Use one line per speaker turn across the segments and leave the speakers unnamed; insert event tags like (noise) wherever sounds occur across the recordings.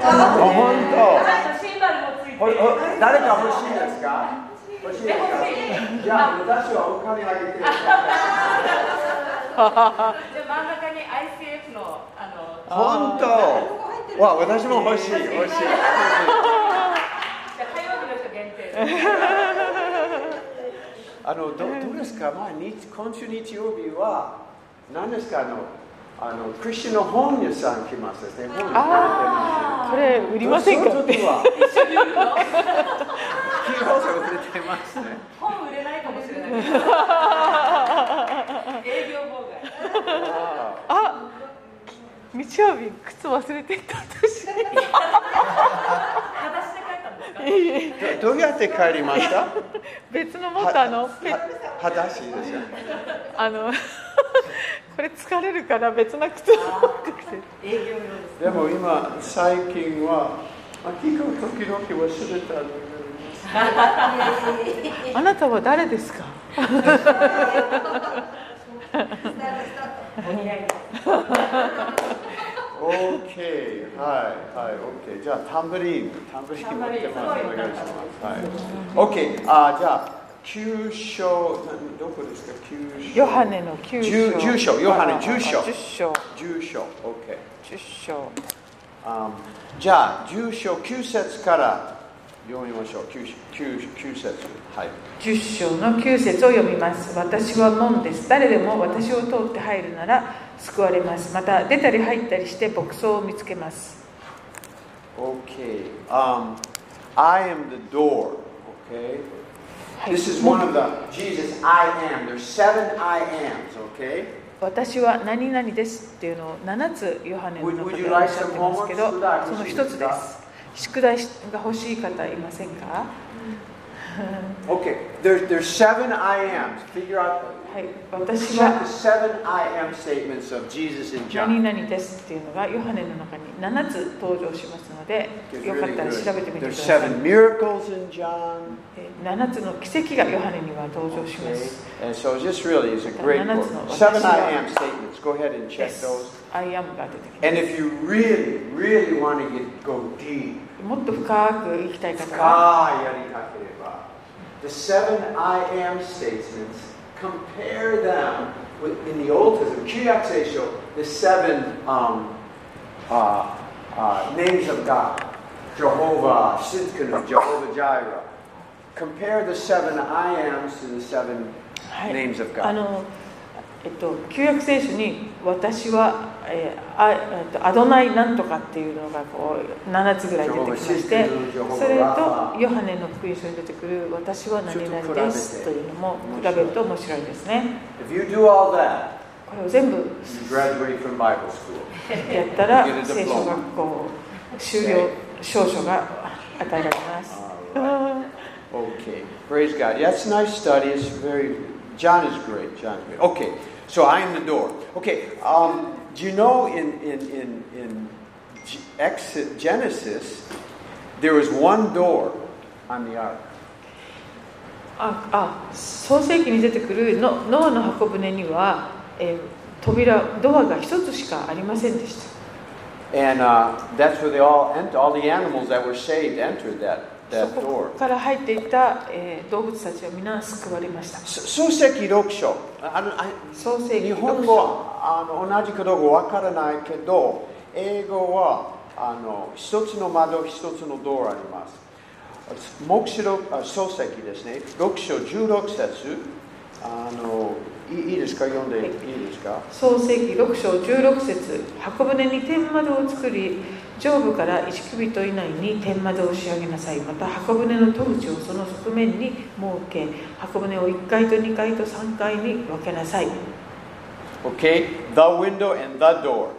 あ本
はいシンバルもついて
当ほほ誰か欲しいですか欲しいで
です欲
か
しい
じゃあ私はお金あげて
じゃあ真ん中に ICF のあの
本当わ私も欲しい欲しい
じゃあ火曜日の人限定で
あのどどうですか、まあ、日今週日曜日は何ですかあのあのクリスチャンの本屋さん来ますですね本屋さん
これ売りませんかって
一緒に売れてますね
本売れないかもしれないけど営業妨害
あ
あ日曜日靴忘れてった
(laughs)
私
裸足で帰ったんですか
ーどどうやって帰りました
別のもっとあのペ
は裸足ですよ
あの (laughs) これ疲れるから別な靴を買って
営業用です
でも今最近はあ結構時々忘れたんだ
あなたは誰ですか
お似合いです
けど OK はいはい OK じゃあタンブリンタンブリン持ってますお願いしますはい OK あじゃあ九章などこですか九章
ヨハネの九章
十十章ヨハネ十章
十章
住所 OK
十章
あじゃあ住所9節から読みましょう 9, 9, 9節はい
10章の9節を読みます私は門です誰でも私を通って入るなら救われますまた出たり入ったりして牧草を見つけます
OK、um, I am the door OK This is one of the Jesus I am There's seven I ams OK
私は何々ですっていうのを7つヨハネの
Would-
中
would
で
you
おっ
like
しゃって
some
ますけ
homework?
ど
宿
そ
題
の1つです宿題が欲しい方いませんか
OK There's, there's seven I ams Figure out
はい
Check
私
the
は
seven I am statements of Jesus in
何
John
々ですっていうのがヨハネの中に7つ登場しますので
It's
よか
really
ったら
good.
調べてみてくだ
There's
さい
seven miracles in John
え7つの奇跡がヨハネには登場します
And so this really is a great book.
7つの私は-
Seven I am statements. Go ahead and check
です
those.
I am が出てきます
And if you really, really want to get go deep,
もっと深く行きたい方は
深いやりかければ, the seven I am statements, compare them with in the Old Testament, 旧約聖書, the seven um, uh, uh, names of God, Jehovah, Sidkenu, Jehovah Jireh. Compare the seven I ams to the seven
はい
names of
あ
God.
の、えっと、旧約聖書に私は、えーあえっと、アドナイなんとかっていうのがこう7つぐらい出てきましてそれとヨハネの福音書に出てくる私は何々ですというのも比べると面白いですね
If you do all that,
これを全部
you graduate from Bible school.
やったら聖書学校修了証書が与えられます。
Okay, praise God. Yeah, it's a nice study. It's very. John is great. John is great. Okay, so I am the door. Okay, um, do you know in in in in G- Exit Genesis, there was one door on the ark.
ああ創世記に出てくるのノアの箱舟には、えー扉ドアが一つしかありませんでした
And uh, that's where they all entered. All the animals that were saved entered that
そ
that
(laughs) こ
door.
から入っていた、えー動物たちは皆救われました
書籍六章。あの、あ
創世記
日本語
6章
はあの同じかどうかわからないけど英語はあの一つの窓一つのドアあります目視録あ漱石ですね6章16節あのいいいですか読んでいいですか
創世記6章16節箱舟に天窓を作り上部から1キュビット以内に天窓を仕上げなさいまた箱舟の戸口をその側面に設け箱舟を1階と2階と3階に分けなさい
OK the window and the door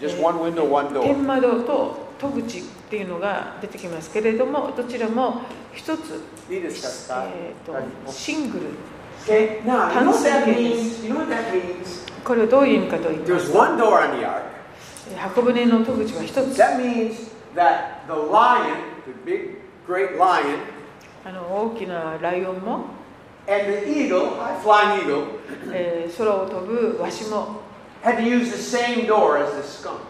just one window one door
天窓と戸口っていうのが出てきますけれどもどちらも一つ、
いい
え
で
ー、とシングル
Okay, now you know what that
単数形です。
means. You know what that means?
これをどういう意味かと言いま
There's
す
one door on the ark.
箱舟の戸口は一つ
That means that the lion, the big great lion,
あの大きなライオンも、
and the eagle, flying eagle,
えー空を飛ぶワシも、
had to use the same door as the skunk.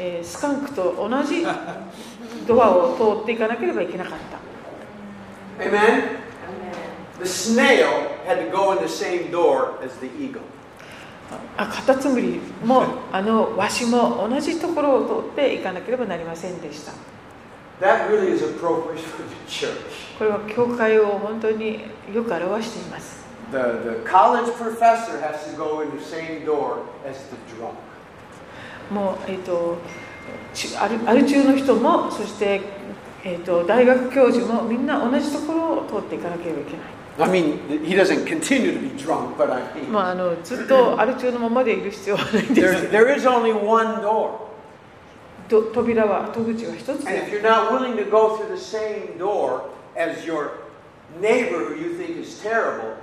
えースカンクと同じドアを通っていかなければいけなかった
Amen?
アメン
The snail had to go in the same door as the eagle.
あカタツムリもあのワシも同じところを通っていかなければなりませんでした
That really is appropriate (laughs) for the church.
これは教会を本当によく表しています
The, the college professor has to go in the same door as the drunk.
もう、えー、とちアルアル中の人もそして、えー、と大学教授もみんな同じところを通っていかなければいけない
I mean, he doesn't continue to be drunk, but I mean,
まあ、あのずっとアル中のままでいる必要はないんで
there,
す
there is only one door.
ど扉は戸口は一つ
And if
で
you're not willing to go through the same door as your neighbor who you think is terrible,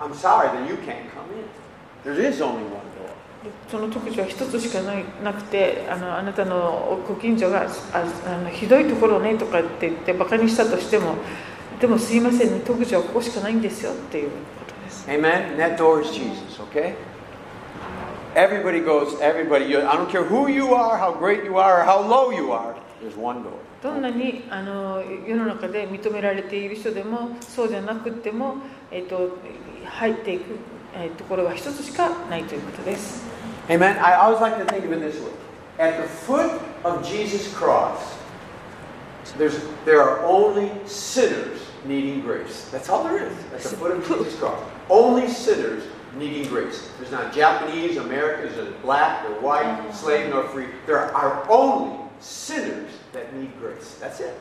I'm sorry, then you can't come in. There is only one door.
その特徴は一つしかないなくてあのあなたのご近所がああのひどいところねとかって言ってバカにしたとしてもでもすいませんね特徴はここしかないんですよっていうことです
Amen? And that door is Jesus, okay? Everybody goes, everybody, you, I don't care who you are, how great you are, or how low you are, there's one door.
どんなにあの世の中で認められている人でもそうじゃなくても、えっと入っていく、えところは一つしかないということです
Amen? I always like to think of it this way At the foot of Jesus' cross, there's, there are only sinners needing grace. That's all there is. At the foot of Jesus' cross. Only sinners needing grace. There's not Japanese, Americans, or black, or white, slave, nor free. There are only sinners that need grace. That's it.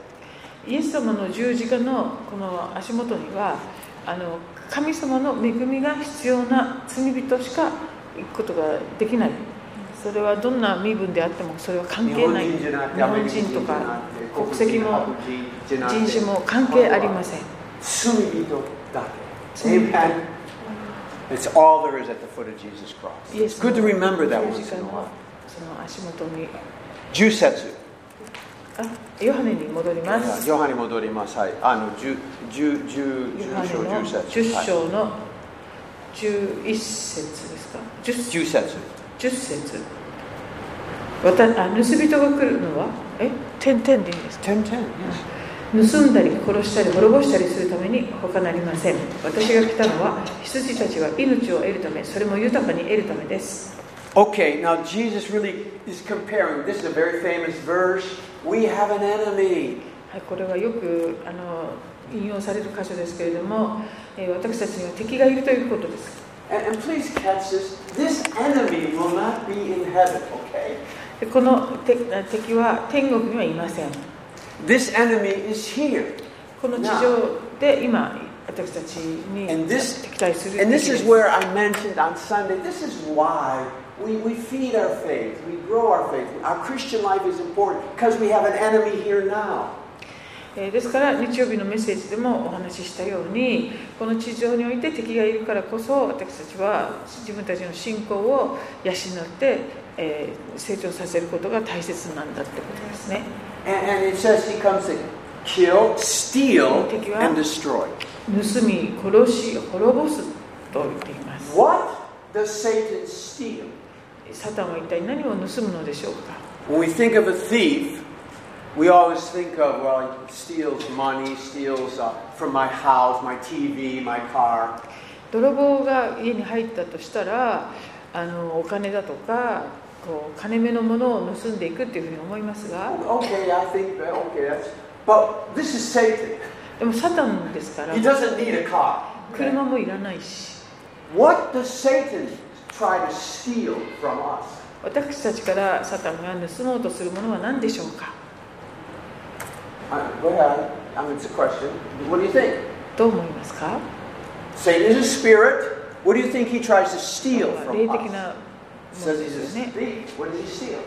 イエス様の十字架のこの足元にはあの神様の恵みが必要な罪人しか行くことができないそれはどんな身分であってもそれは関
日
係
本
ない
人じ
日
ゃなくて
本人とか国籍も人種も関係ありません
罪人だけ
罪人
Amen It's all there is at the foot of Jesus cross
イエ
It's
ス様
good to
の
remember that
十
once
字架
in a
の
while
その足元に
Jusetsu
あヨハネに戻ります
ヨハネに戻りますはいあの10 10 10
ヨハネ
10
の
章
10
10節
章の11節ですか10
10節
10節わたあ盗人が来るのはえ点々でいいんですか
10 10 yes
盗んだり殺したり滅ぼしたりするために他なりません私が来たのは羊たちが命を得るためそれも豊かに得るためです
Okay, now Jesus really is comparing. This is a very famous verse. We have an enemy.
はいこれはよくあの引用される箇所ですけれども、えー私たちには敵がいるということです
And, and please catch this. This enemy will not be in heaven, okay?
でこのて敵は天国にはいません
This enemy is here.
この地上で今私たちに
And this-
敵対する敵
And
で
this
す
is where I mentioned on Sunday, this is why we, we feed our faith, we grow our faith. Our Christian life is important because we have an enemy here now.
えーですから日曜日のメッセージでもお話ししたようにこの地上において敵がいるからこそ私たちは自分たちの信仰を養って、えー成長させることが大切なんだってことですね
And, and it says he comes to kill, steal,
Take you out.
and destroy.
盗み殺し滅ぼすと言っています
What does Satan steal?
サタンは一体何を盗むのでしょうか
When we think of a thief, we always think of, well, he steals money, steals uh, from my house, my TV, my car.
泥棒が家に入ったとしたらあのお金だとかこう金目のものを盗んでいくっていうふうに思いますが
Okay, I think that, okay, that's. But this is Satan.
でもサタンですから
He doesn't need a car.
車もいらないし
What does Satan try to steal from us?
私たちからサタンが盗もうとするものは何でしょうか
Uh, go ahead. I mean, it's a question. What do you think?
どう思いますか
Satan is a spirit. What do you think he tries to steal
霊
from
的
us?
な
It
もの
says
で
he's
す
a
よね
thief. What does he steal?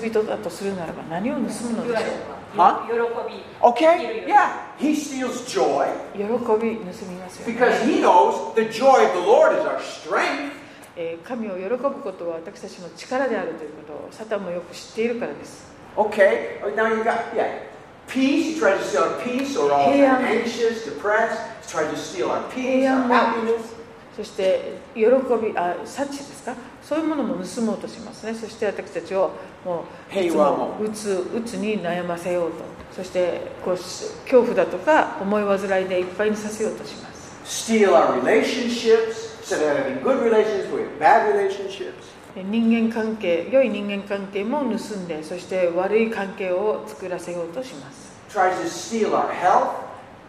で盗人だとするならば何を盗むの
言
で
わ
し
れ
は
ば喜び
Okay, yeah. He steals joy
ょう喜び盗みますよ
because
ね、
he knows the joy of the Lord is our strength.
えー神を喜ぶことは私たちの力であるということをサタンもよく知っているからです
Okay, oh, now you got, yeah. Peace, he tries to steal our peace, or all
Yeah.
anxious, depressed. He tries to steal our peace,
Yeah,
our
but-
happiness.
そして喜びあ察知ですかそういうものも盗もうとしますねそして私たちをもういつ
平和も
うつうつに悩ませようとそしてこうし恐怖だとか思い煩いでいっぱいにさせようとします
steal our relationships instead of having good relationships, we have bad relationships.
人間関係良い人間関係も盗んでそして悪い関係を作らせようとします
Tries to steal our health.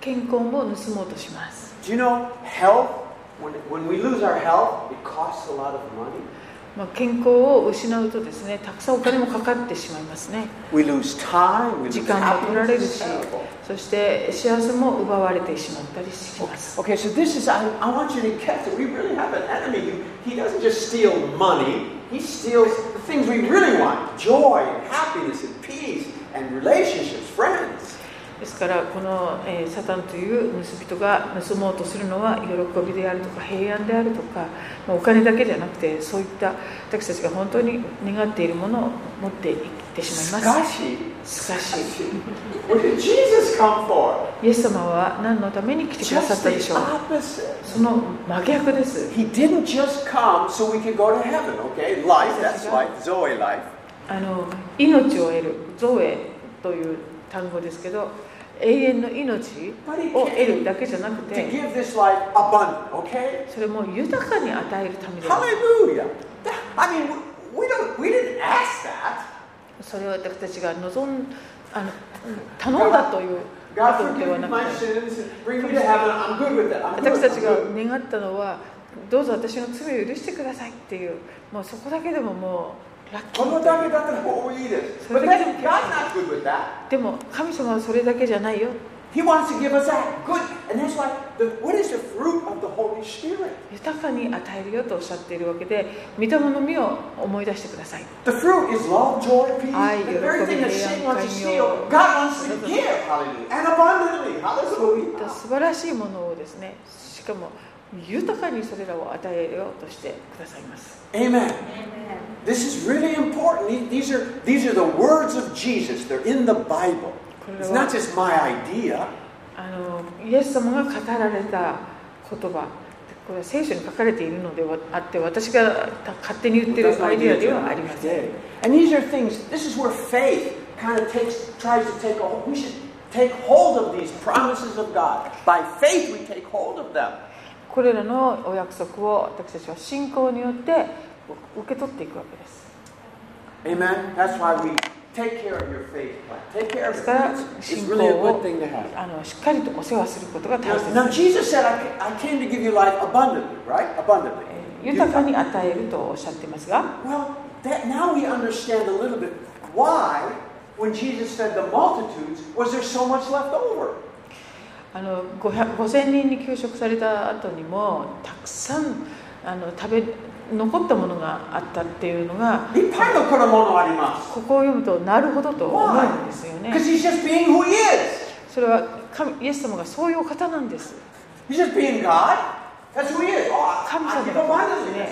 健康も盗もうとします
Do you know health? When, when we lose our health, it costs a lot of money.
まあ健康を失うとですねたくさんお金もかかってしまいますね
We lose time. We
時
lose
間も取られる
happiness.
し
It's terrible.
そして幸せも奪われてしまったりします
Okay, so this is, I, I want you to get that we really have an enemy. He, he doesn't just steal money, he steals the things we really want joy and happiness and peace and relationships, friends.
ですからこの、えーサタンという盗人が盗もうとするのは喜びであるとか平安であるとか、まあお金だけじゃなくてそういった私たちが本当に願っているものを持っていってしまいま
Scotchy.
すしかし
What did Jesus come for?
イエス様は何のために来てくださっ
Just
たでし
the
ょう
opposite.
その真逆です
He didn't just come so we can go to heaven, okay? Life, that's life, Zoe life.
あの命を得る造営という単語ですけど永遠の命を得るだけじゃなく
To
て
give this life abundant, okay?
それも豊かに与えるためです
Hallelujah. That- I mean, we- we don't, we didn't ask that.
それを私たちが望んあの頼んだというこ
God
とでは
forgive
な
me
く
my
て
sins, bring me to heaven. I'm good with that. I'm good.
私たち
I'm
が
good.
願ったのはどうぞ私の罪を許してくださいっていうもうそこだけでももうラッキ
このだけ
ー
だったらもういいです。
そ
But
れだけでも
then God's not good with that.
でも神様はそれだけじゃないよ
He wants to give us that good. And that's why the, what is the fruit of the Holy Spirit?
豊かに与えるよとおっしゃっているわけで御霊の実を思い出してください
The fruit is love, joy, peace.
Ay,
the
yo
very
creo
thing
que
that
me
Satan
dan
wants to
cañón.
steal, God wants to
Nosotros-
give. Hallelujah. And abundantly.
そういった
Hallelujah.
素晴らしいものをですねしかも豊かにそれらを与えようとしてくださいます
Amen. This is really important. The- These are, these are the words of Jesus. They're in the Bible. It's not just my idea.
あのイエス様が語られた言葉これは聖書に書かれているのではあって私が勝手に言ってるアイデアではありません
And these are things, this is where faith kind of takes, tries to take a hold. We should take hold of these promises of God. By faith, we take hold of them.
これらのお約束を私たちは信仰によって受け取っていくわけです
Amen? That's why we take care of your faith. plan. Take care
で
of
す
it.
から
It's, it's
信仰
really a
を
good thing to have.
あのしっかりとお世話することが
Now,
大切
now
です
Jesus said, I, ca- I came to give you life abundantly, right? Abundantly.
えー豊かに与えるとおっしゃってますが
Well, that, now we understand a little bit why, when Jesus fed the multitudes, was there so much left over?
あの500 5,000人に給食された後にもたくさんあの食べ残ったものがあったっていうのが
いっぱいの子供のあります。
ここを読むとなるほどと思うんですよ
Because
ね。
he's just being who he is.
それは神イエス様がそういうお方なんです。
He's just being God. That's who he is. Oh,
Come
I
to
give
me.
abundantly.
Yeah.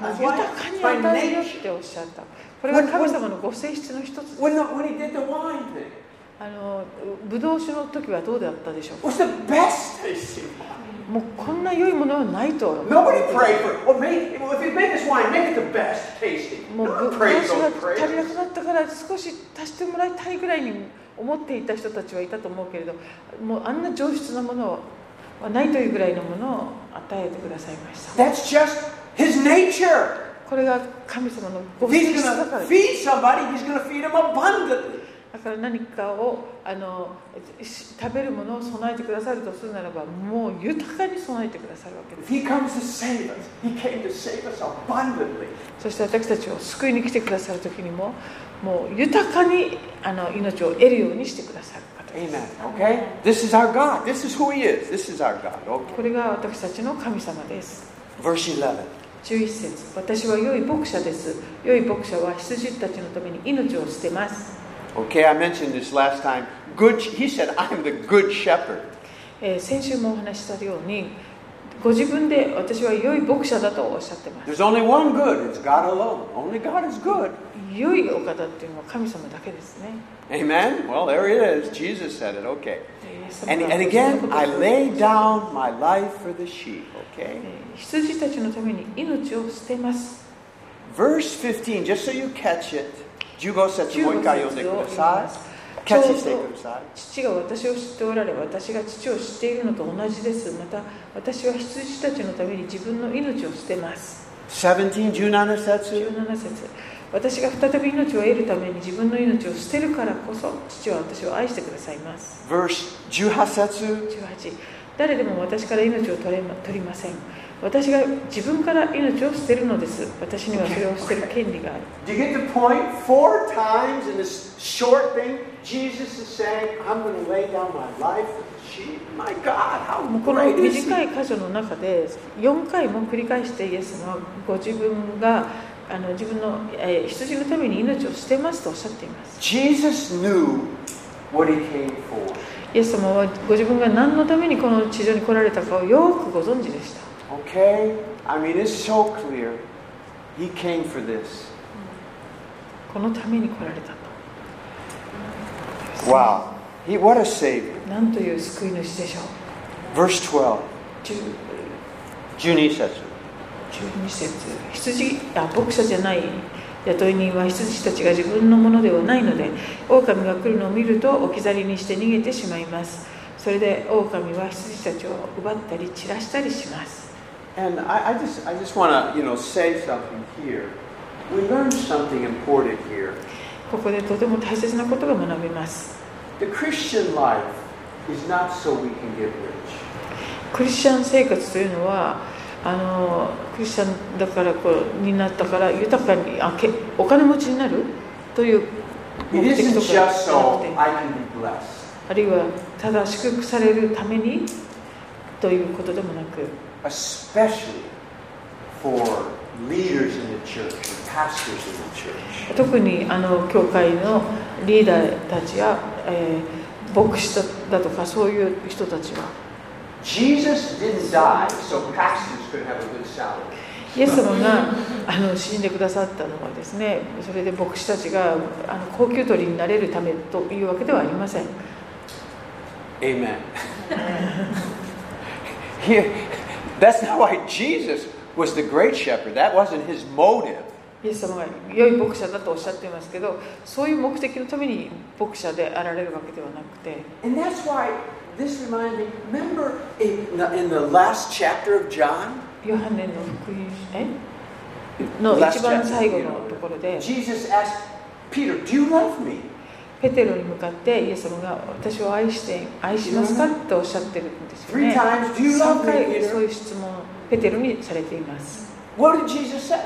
That's how I am. That's why
豊か
it's
に
my
与えるよっ
nature.
ておっしゃった。これが神様のご性質の一つ。
When, the, when he did the wine thing,
あのブドウ酒の時はどうだったでしょう
it
か。
was the best tasting wine.
もうこんな良いものはないと。
Nobody prayed for it. Well, make, well, if you make this wine, make it the best tasting.
もう
No one
ぶブドウ
prayed
酒が
those
足りなく
prayers.
なったから少し足してもらいたいぐらいに思っていた人たちはいたと思うけれど、もうあんな上質なものはないというぐらいのものを与えてくださいました。
That's just his nature.
これが神様のご
If
性
he's
質だ
going to
からです
feed somebody, he's going to feed them abundantly.
だから何かをあのし食べるものを備えてくださるとするならばもう豊かに備えてくださるわけで
If
す
he comes to save us, he came to save us abundantly.
そして私たちを救いに来てくださる時にももう豊かにあの命を得るようにしてくださる方です
Amen. Okay? This is our God. This is who He is. This is our God. Okay.
これが私たちの神様です
Verse 11.
11節私は良い牧者です良い牧者は羊たちのために命を捨てます
Okay, I mentioned this last time. Good. He said, "I'm the good shepherd."
えー先週もお話ししたようにご自分で私は良い牧者だとおっしゃってます
There's only one good. It's God alone. Only God is good.
良いお方っていうのは神様だけですね
Amen? Well, there it is. Jesus said it. Okay.
イエス様
And,
が
and
そ
again,
のことを
I lay down my life for the sheep. Okay?
えー羊たちのために命を捨てます。
Verse 15, just so you catch it. 15節もう一回読んでください。キ
ち
ャ
ょう
ッ
ど
チしてください。
父が私を知っておられ、私が父を知っているのと同じです。また、私は羊たちのために自分の命を捨てます。
17、17節。
17節私が再び命を得るために自分の命を捨てるからこそ、父は私を愛してくださいます。
Verse 18節。
18誰でも私から命を取れま取りません。私が自分から命を捨てるのです。私にはそれを捨てる権利がある。
Do you get the point? Four times in this short thing, Jesus is saying, I'm going to lay down my life for the sheep. My God, how
もうこの
great is
短
he?
い箇所の中で4回も繰り返してイエスはご自分があの自分の、えー羊のために命を捨てますとおっしゃっています
Jesus knew what he came for.
イエス様はご自分が何のためにこの地上に来られたかをよくご存知でした
Okay? I mean, it's so clear. He came for this.
このために来られたと
Wow. He, what a savior.
なんという救い主でしょう
Verse 12.
10
12節。
12節羊あ牧者じゃない雇い人は羊たちが自分のものではないので狼が来るのを見ると置き去りにして逃げてしまいますそれで狼は羊たちを奪ったり散らしたりします
And I, I just, I just want to, you know, say something here. We learned something important here.
ここでとても大切なことが学べます
The Christian life is not so we can get rich.
クリスチャン生活というのはあのクリスチャンだからこうになったから豊かにあけお金持ちになるという
It
目的
isn't
とかじゃ
just
な
so
くて
I can be blessed.
あるいはただ祝福されるためにということでもなく
especially for leaders in the church and pastors in the church.
特にあの教会のリーダーたちや、えー牧師だとかそういう人たちは
Jesus didn't die so pastors could have a good salary.
イエス様があの死んでくださったのはですねそれで牧師たちがあの高級取りになれるためというわけではありません
Amen. Here, that's not why Jesus was the great shepherd. That wasn't his motive.
イエス様が良い牧者だとおっしゃっていますけどそういう目的のために牧者であられるわけではなくて
And that's why this reminds me. Remember in the, in the last chapter of John,
ヨハネの福音えの
Last
一番
chapter,
最後
you
の
know.
ところで
Jesus asked Peter, "Do you love me?"
ペテロに向かってイエス様が私を愛して愛しますかっておっしゃってるんですよ
Three
ね。
times, "Do you
3
love me?"
回そう
Peter?
いう質問をペテロにされています。
What did Jesus say?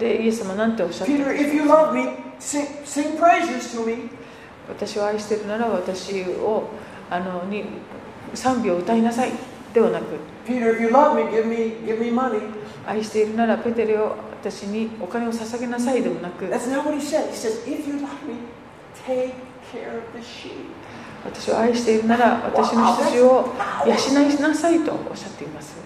で、イエス様なんておっしゃってる
Peter, if you love me, sing, sing praises to me.
私を愛してるなら私をあのに賛美を歌いなさいではなく
Peter, if you love me, give me, give me money.
愛しているならペテロを私にお金を捧げなさいでもなく
That's not what he said. He says, if you love me, take care of the sheep.
私を愛しているなら私の羊を養いなさいとおっしゃっています。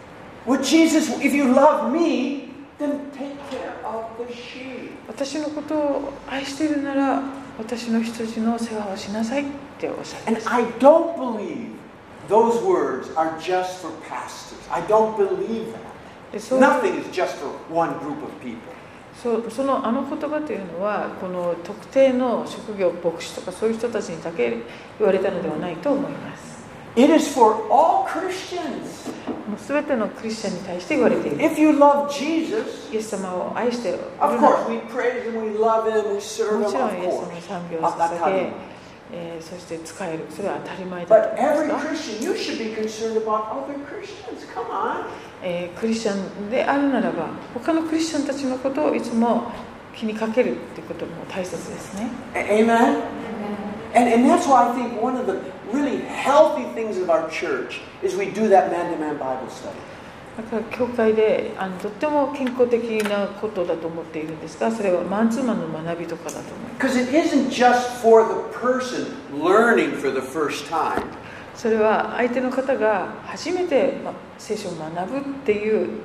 Well, Jesus, if you love me, then take care of the sheep.
私のことを愛しているなら私の羊の世話をしなさいっておっしゃって
And
ました
I don't believe those words are just for pastors. I don't believe that.
でそう
Nothing is just for one group of people.
そうそのあの言葉というのはこの特定の職業牧師とかそういう人たちにだけ言われたのではないと思います
It is for all Christians.
もう全てのクリスチャンに対して言われている
If you love Jesus,
イエス様を愛している
Of
も
course, we praise him, we love him, we serve him,
ちろん
of
イエス様の
course.
賛美を
Of that
捧
kind.
げ、えーそして使えるそれは当たり前
But
だと思い
every
ますが
Christian, you should be concerned about other Christians. Come on.
えークリスチャンであるならば他のクリスチャンたちのことをいつも気にかけるっていうことも大切ですね
A- Amen? And, and that's why I think one of the really healthy things of our church is we do that man to man Bible study.
だから教会であのとっても健康的なことだと思っているんですがそれはマンツーマンの学びとかだと思いま
Because it isn't just for the person learning for the first time,
すそれは相手の方が初めてま聖書を学ぶっていう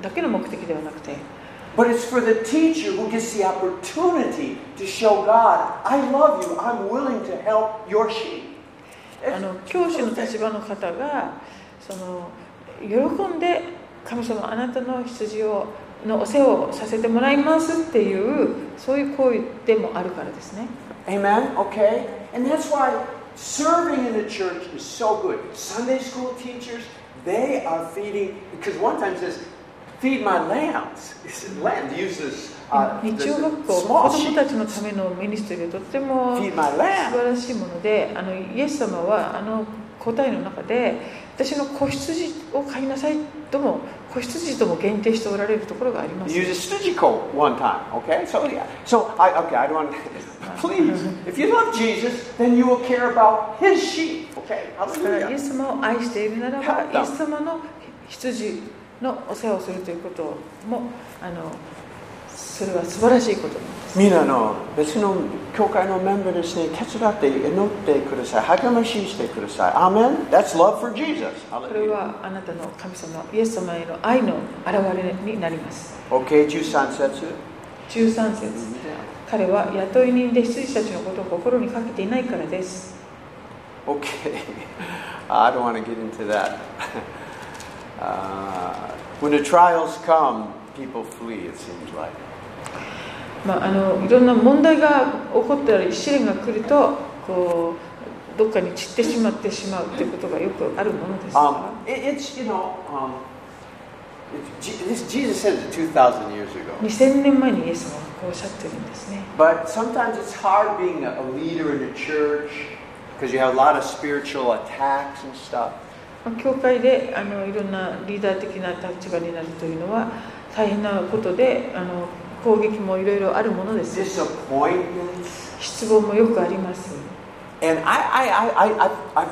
だけの目的ではなくて
But it's for the teacher who gets the opportunity to show God, I love you, I'm willing to help your sheep.
あの教師の立場の方がその喜んで神様あなたの羊をのお世話をさせてもらいますっていうそういう行為でもあるからですね。
Amen? Okay? And that's why serving in the church is so good. Sunday school teachers, they are feeding, because one time it says, feed my lambs. (laughs) It says, lambs uses uh,
日曜学校
small
子供
sheep.
たちのためのミニストリーはとっても
Feed my
素
lamb.
晴らしいものであのイエス様はあの答えの中で私の子羊を飼いなさいとも子羊とも限定しておられるところがあります
You use a Sujiko one time, okay? So yeah. So I okay, I don't want (laughs) please, if you love Jesus, then you will care about his sheep. Okay?
ですからイエ
Hallelujah.
ス様を愛しているならば
Help
イ
them.
エス様の羊のお世話をするということもあのそれは素晴らしいことなんです
みんなの別の教会のメンバーですね、手伝って祈ってください。励まししてください。アーメン That's love for Jesus.
これ
Hallelujah.
はあなたの神様イエス様への愛の表れになります
Okay, 13節。
13節彼は雇い人で羊たちのことを心にかけていないからです。
Okay. (laughs) I don't want to get into that. (laughs) Uh, when the trials come, people flee, it seems like.
まあ、あのいろんな問題が起こったり試練が来るとこうどっかに散ってしまってしまうということがよくあるものですが
Um, it, it's, you know, um, it's, Je- this, Jesus said it 2,000 yeyears ago.
2000年前にイエス様はこうおっしゃってるんですね
But sometimes it's hard being a a leader in the church because you have a lot of spiritual attacks and stuff.
まあ教会であのいろんなリーダー的な立場になるというのは大変なことであの攻撃もいろいろあるものです
Disappointments.
失望もよくあります
And I, I, I, I, I've, I've,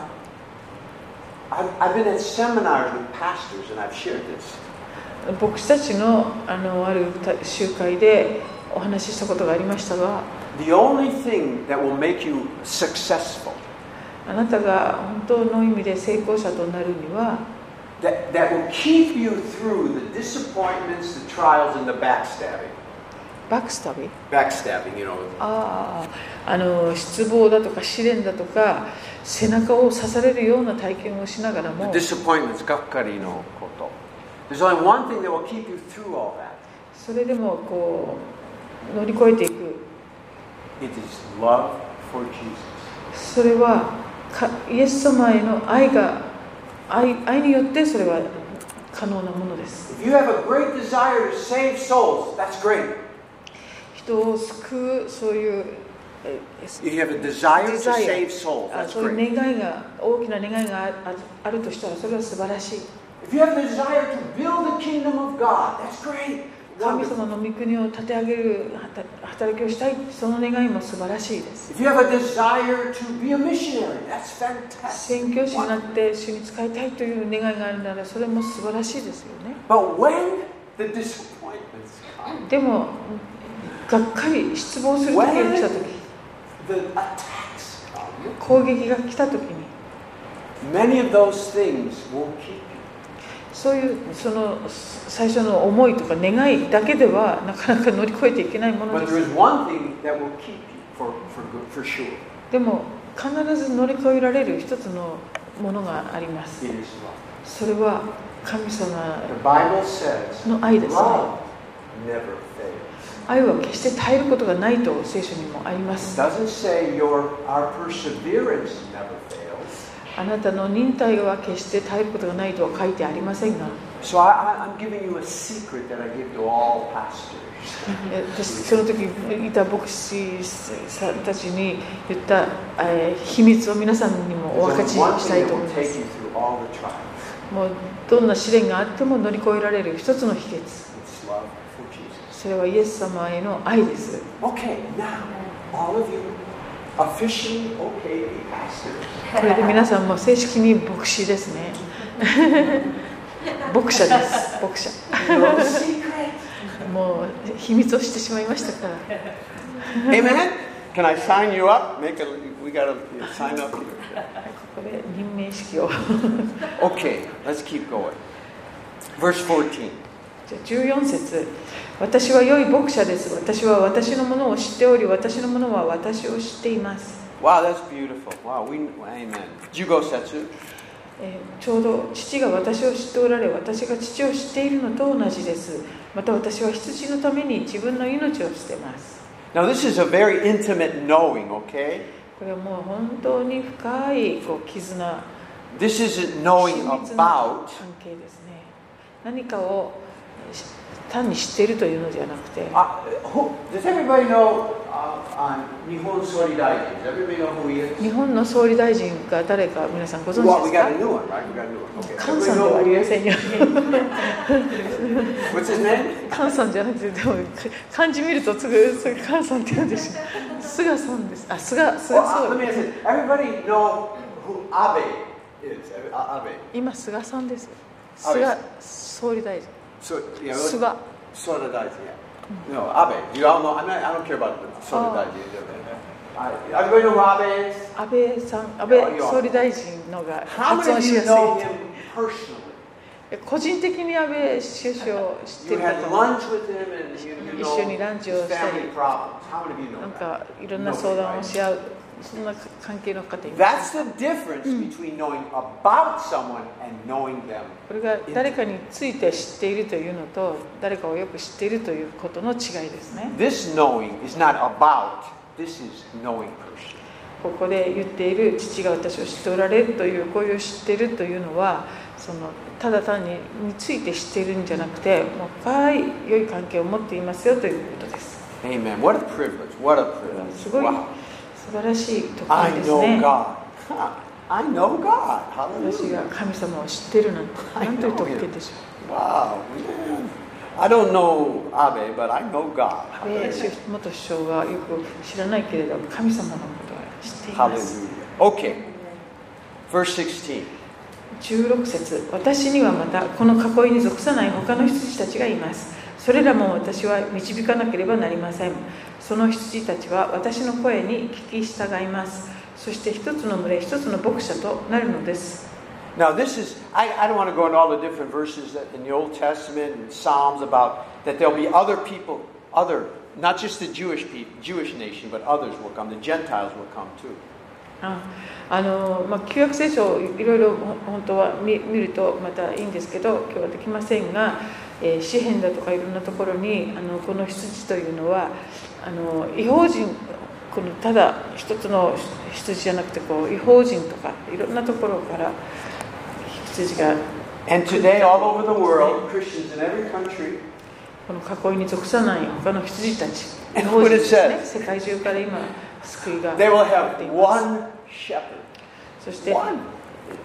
I've, I've been at seminars with pastors and I've shared this.
僕たちのあのある集会でお話ししたことがありましたが
The only thing that will make you successful,
あなたが本当の意味で成功者となるには
that, that will keep you through the disappointments, the trials, and the backstabbing.
バックスタビー
Backstabbing, you know,
あああの失望だとか試練だとか背中を刺されるような体験をしながら
the
も
disappointments, がっかりのこと. There's only one thing that will keep you through all that.
それでもこう乗り越えていく
It is love for Jesus.
それはかイエス様への愛が愛愛によってそれは可能なものです
If you have a great desire to save souls, that's great.
人を救うそういうえ
You have a desire to save
Desire.
souls,
あ
that's
そう
great.
いう願いが大きな願いがあああるとしたらそれは素晴らしい
If you have a desire to build the kingdom of God, that's great.
神
Wonderful.
様の御国を立て上げる働働きをしたいその願いも素晴らしいです
If you have a desire to be a missionary, that's fantastic.
宣教師にな
Wonderful.
って主に使いたいという願いがあるならそれも素晴らしいですよね
But when the disappointments come,
でもがっかり失望する時が来た時
the attacks come,
攻撃が来た時に
Many of those things won't keep you.
そういうその最初の思いとか願いだけではなかなか乗り越えていけないもの
But
で
there
す
is one thing that will keep you for, for good, for sure.
でも必ず乗り越えられる一つのものがあります
It is love.
それは神様
The Bible says
No, I just-
love never fails.
愛は決して耐えることがないと聖書にもありま
It
す
doesn't say your our perseverance never fails.
あなたの忍耐は決して耐えることがないとは書いてありませんが
So I, I, I'm giving you a secret that I give to all
(laughs)
pastors.
え私その時いた牧師さんたちに言った、えー秘密を皆さんにもお
There's
分かち
only one
し
thing
たい
that
と思い
will
ま
take
す
you through all the trials.
もうどんな試練があっても乗り越えられる一つの秘訣
It's love for Jesus.
それはイエス様への愛です
Okay, now all of you officially okay to be pastors.
これで皆さんも正式に牧師ですね牧者です牧者
You know the secret.
もう秘密をしてしまいましたから
Amen. (laughs) Can I sign you up? Make a, we gotta sign up here.
これ任命式を
Okay, let's keep going. Verse 14.
じゃあ14節私は良い牧者です私は私のものを知っており私のものは私を知っています、
Wow, that's beautiful. Wow, we, amen. Jugo Setsu.
えーちょうど父が私を知っておられ私が父を知っているのと同じですまた私は羊のために自分の命を捨てます
Now, this is a very intimate knowing, okay?
これはもう本当に深いこう絆
This is knowing
親密な
about
関係ですね何かをし単に知っているというのではなくて
Uh, who, does everybody know uh, um, Nihon Solidarity? Does everybody know who he is?
日本の総理大臣が誰か皆さんご存
Well,
知
we
で
got a new one, right? We got a new one. Okay.
すか菅さんではありませんよ
What's his
(laughs)
name?
菅さんじゃなくてでも漢字見るとすぐすぐ菅さんって言うんでしょ菅さんですあ菅
Well, uh,
菅
let
総
me ask
理
this. Everybody know who Abe is? Abe- uh, Abe.
今菅さんです
あ
菅
で
総理大臣
So, you know,
菅
Solidarity, yeah. No, Abe. You all know, I'm not, I don't care about the Solidarity. Uh, everybody know who Abe is?
安倍さん安
あい
倍
や
総理大臣のが
How
発音
many of
しや
you
す
know
い
him personally?
え個人的に安倍首相を知って
You
る
had
方
lunch with him and you, you
一
know
緒にランチを
his
したり
family problems. How many of you
なん
know that?
かいろんな相談をし合うそんな関係の方います
That's the difference between knowing about someone and knowing them.
これが誰かについて知っているというのと誰かをよく知っているということの違いですね
This knowing is not about, this is knowing person.
ここで言っている父が私を知っておられるというこういう知っているというのはそのただ単にについて知っているんじゃなくてもう深い良い関係を持っていますよということです
Amen. What a privilege. What a privilege.
すごい
Wow.
素晴らしい特
I
権です
know
ね
God. Huh. I know God.
私が
Hallelujah.
神様を知っているなんて
I know
なんという特権でしょ
Wow. man. I don't know Abe, but I know God.
うでし
Hallelujah.
元首相がよく知らないけれど神様のことは知っています
Hallelujah. Okay. Verse 16.
16節私にはまたこの囲いに属さない他の羊たちがいますそれらも私は導かなければなりませんその羊たちは私の声に聞き従いますそして一つの群れ一つの牧者となるのです
Now, this is, I, I don't want to go into all the different verses that in the Old Testament and Psalms about that there'll be other people, other, not just the Jewish people, Jewish nation, but others will come. The Gentiles will come too.
ああのまあ、旧約聖書をいろいろほ本当は見見るとまたいいんですけど今日はできませんが、えー詩篇だとかいろんなところにあのこの羊というのはあの違法人このただ一つの羊じゃなくてこう違法人とかいろんなところから羊が
And today, all over the world, Christians in every country,
この囲いに属さない他の羊たち
And
違法人です
what
ね
it
世界中から今救いが
they will
っ
have
ています
one shepherd.
そして、
One.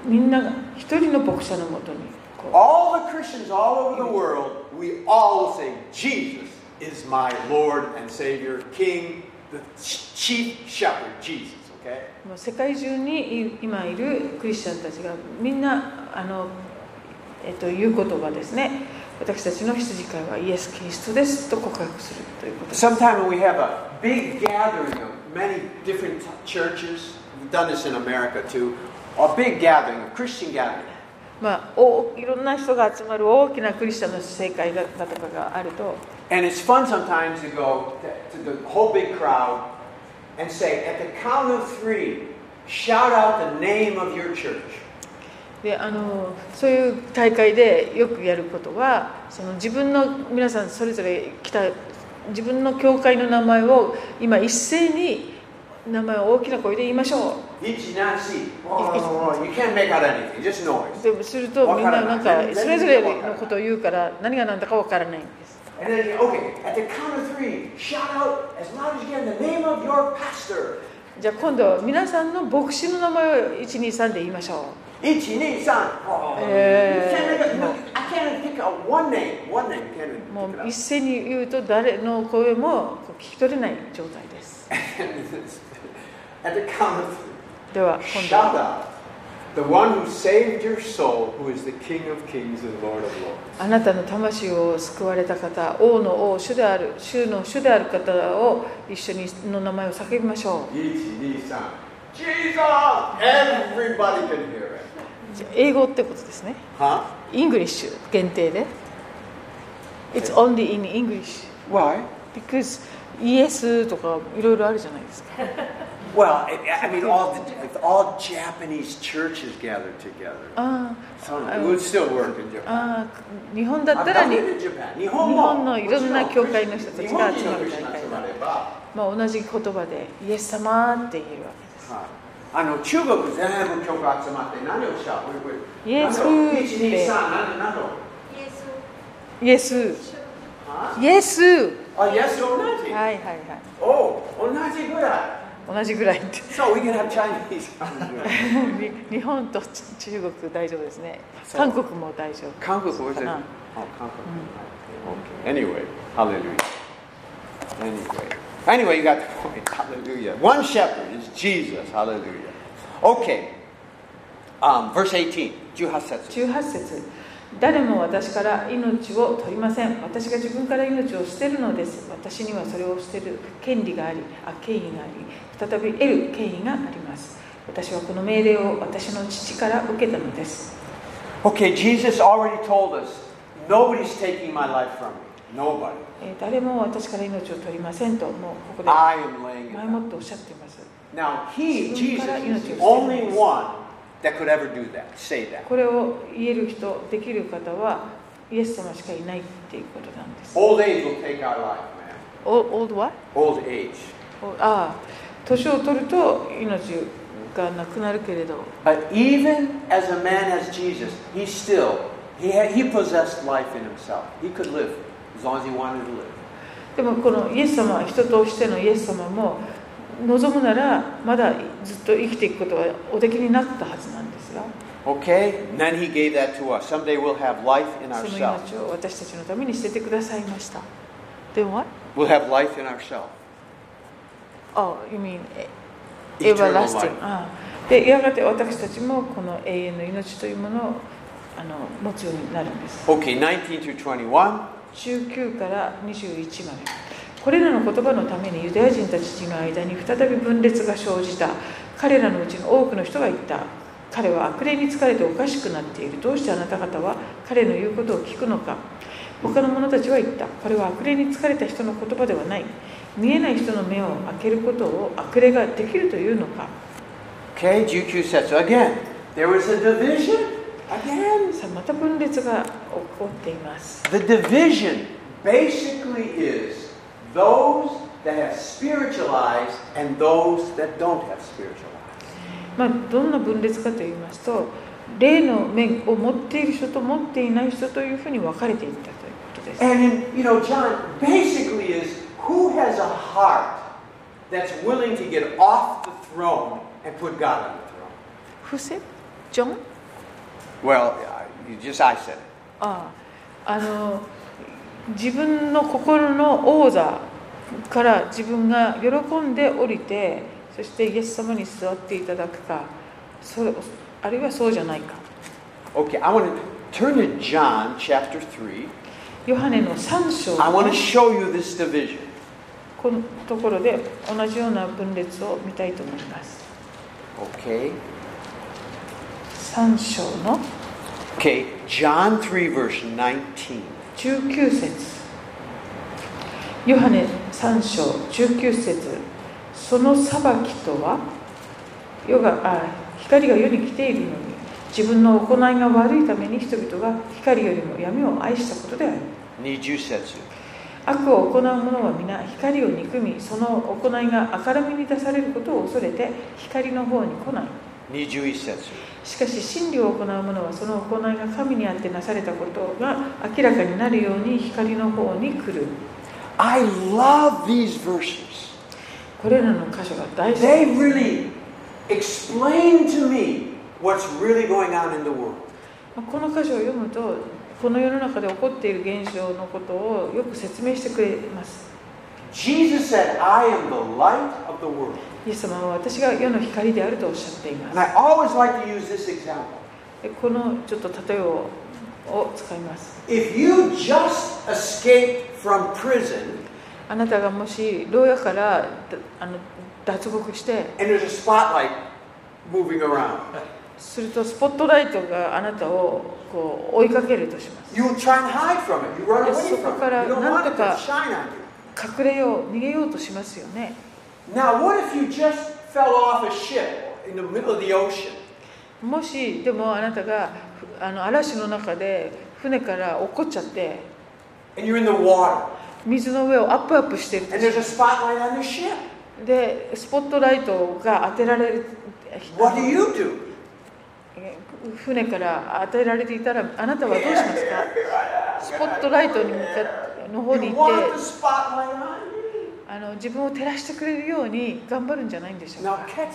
みんなが一人の牧者のもとにこう
All the Christians all over the world, we all say, Jesus is my Lord and Savior, King, the ch- chief shepherd, Jesus, okay?
もう世界中にい今いるクリスチャンたちがみんなあの、えっと、言う言葉ですね私たちの羊飼いはイエス・キリストですと告白するということです
Sometime when we have a big gathering of many different churches, we've done this in America too, a big gathering, a Christian gathering.
まあおいろんな人が集まる大きなクリスチャンの正会だだとかがあると
And it's fun sometimes to go to, to the whole big crowd and say, at the count of three, shout out the name of your church.
であのそういう大会でよくやることはその自分の皆さんそれぞれ来た自分の教会の名前を今一斉に名前を大きな声で言いましょう
Ichinashi. Oh, you can't make out anything, just noise.
でもするとみんななんかそれぞれのことを言うから何が何だかわからないんです。
And then, okay, at the count of three, shout out as loud as you can the name of your pastor.
じゃあ今度皆さんの牧師の名前を123で言いましょ
123 Oh,
Eh,
you can't make a,
no.
I can't even pick out one name. One name can't even
う。も
pick
う
it
一斉に言うと誰の声もこう聞き取れない状態です。
out. At the count of three,
では今
shout
度
out The one who saved your soul, who is the King of kings and Lord of lords.
あなたの魂を救われた方、王の王、主である、主の主である方を一緒にの名前を叫びましょ
Ichi, ni, san. Jesus! Everybody can hear it.
う。英語ってことですね。
Huh?
イングリッシュ限定で。It's only in English
Why?
because イエスとかいろいろあるじゃないですか。
Well, I, I mean, all the, all Japanese churches gathered together.
あ
So it would still work in Japan.
あああ、日本だっ
I've
たら
done
に、
it in Japan. 日
本のいろんな
もち
教会の人たちが集まる
日本人のクリスチャンが集まれば
まあ、同じ言葉でイエス様って言えるわけです。
はいあの中国全部教会集まって何をしたこれこれ
イエス
何を一二三何何を
イエス、
は
イエス、はい
あ、Yes Ah, 同じ。
はいはい。
お、同じぐら
同じぐらいって。
い。So we can have Chinese.
に日本と中国大丈夫ですね
そう
韓国も大丈夫
韓国は
かな
あ韓 Mm. 国。Okay. Anyway, hallelujah. Anyway, anyway, you got the point. (laughs) Hallelujah. One shepherd is Jesus. Hallelujah. Okay. Um, verse 18. 18節。
18節誰も私から命を取りません私が自分から命を捨てるのです私にはそれを捨てる権利がありあ権威があり再び得る権威があります私はこの命令を私の父から受けたのです
Okay, Jesus already told us nobody's taking my life from me. Nobody.
えー誰も私から命を取りませんともうここで
I am laying it
前も
down.
っておっしゃっています
Now, He, Jesus, is the only one that could ever do that, say that.
これを言える人できる方はイエス様しかいないっていうことなんです
Old age will take our life, man.
Old, old what?
Old age.
おああ年を取ると命がなくなるけれど
But even as a man as Jesus, he still, he, had, he possessed life in himself. He could live as long as he wanted to live.
でもこのイエス様人としてのイエス様も望むならまだずっと生きていくことはおできになったはずなんですが
Okay? And then he gave that to us. Someday we'll have life in
その
ourselves.
命を私たちのために捨ててくださいましたでも
We'll have life in ourselves.
ああ you mean え
Eternal
everlasting
life.
ああでやがて私たちもこの永遠の命というものをあの持つようになるんです
Okay, 19 through 21.
19から21までこれらの言葉のためにユダヤ人たちの間に再び分裂が生じた彼らのうちの多くの人が言った彼は悪霊に疲れておかしくなっているどうしてあなた方は彼の言うことを聞くのか他の者たちは言ったこれは悪霊に疲れた人の言葉ではない見えない人の目を開けることを悪霊ができるというのか
Okay, GQ says, so again, there was a division. Again.
さあまた分裂が起こっています
The division basically is those that have spiritualized and those that don't have spiritualized.
まあ、どんな分裂かと言いますと霊の面を持っている人と持っていない人というふうに分かれていったということです
And in, you know, John basically is who has a heart that's willing to get off the throne and put God on the throne.
不正ジョン
Well, I- you just I said it.
あああの自分の心の王座から自分が喜んで降りてそしてイエス様に座っていただくかそれあるいはそうじゃないか
Okay, I want to turn to John chapter 3.
ヨハネの3章
I
の
want to show you this division.
このところで同じような分裂を見たいと思います
Okay.
3章の
Okay, John 3, verse 19.
19節ヨハネ3章19節その裁きとは世があ光が世に来ているのに自分の行いが悪いために人々が光よりも闇を愛したことである
Nijusetsu.
悪を行う者は皆光を憎みその行いが明るみに出されることを恐れて光の方に来ない
Nijuisetsu.
しかし真理を行う者はその行いが神にあってなされたことが明らかになるように光の方に来る
I love these verses.
これらの箇所が大事
They really explain to me what's really going on in the world.
この箇所を読むとこの世の中で起こっている現象のことをよく説明してくれます
Jesus said, I am the light of the world.
イエス様は私が世の光であるとおっしゃっていま
And I always like to use this example.
す。このちょっと例えをを使います。
If you just escaped from prison
あなたがもし牢屋からだあの脱獄して、
and there's a spotlight moving around,
するとスポットライトがあなたをこう追いかけるとします。
you will try and hide from it. You run away from it. You
そこから
don't want it to
なんとか
shine on you.
隠れよう、逃げようとしますよね。
Now, what if you just fell off a ship in the middle of the ocean?
もしでもあなたがふあの嵐の中で船から落っこっちゃって
and you're in the water
水の上をアップアップしてる
and there's a spotlight on the ship.
でスポットライトが当てられる
What do you do?
え船から当てられていたらあなたはどうしますかスポットライトに向かっての方
You
に行っ
want
て
the spotlight on you.
あの自分を照らしてくれるように頑張るんじゃないんでしょう
Now
か
catch this.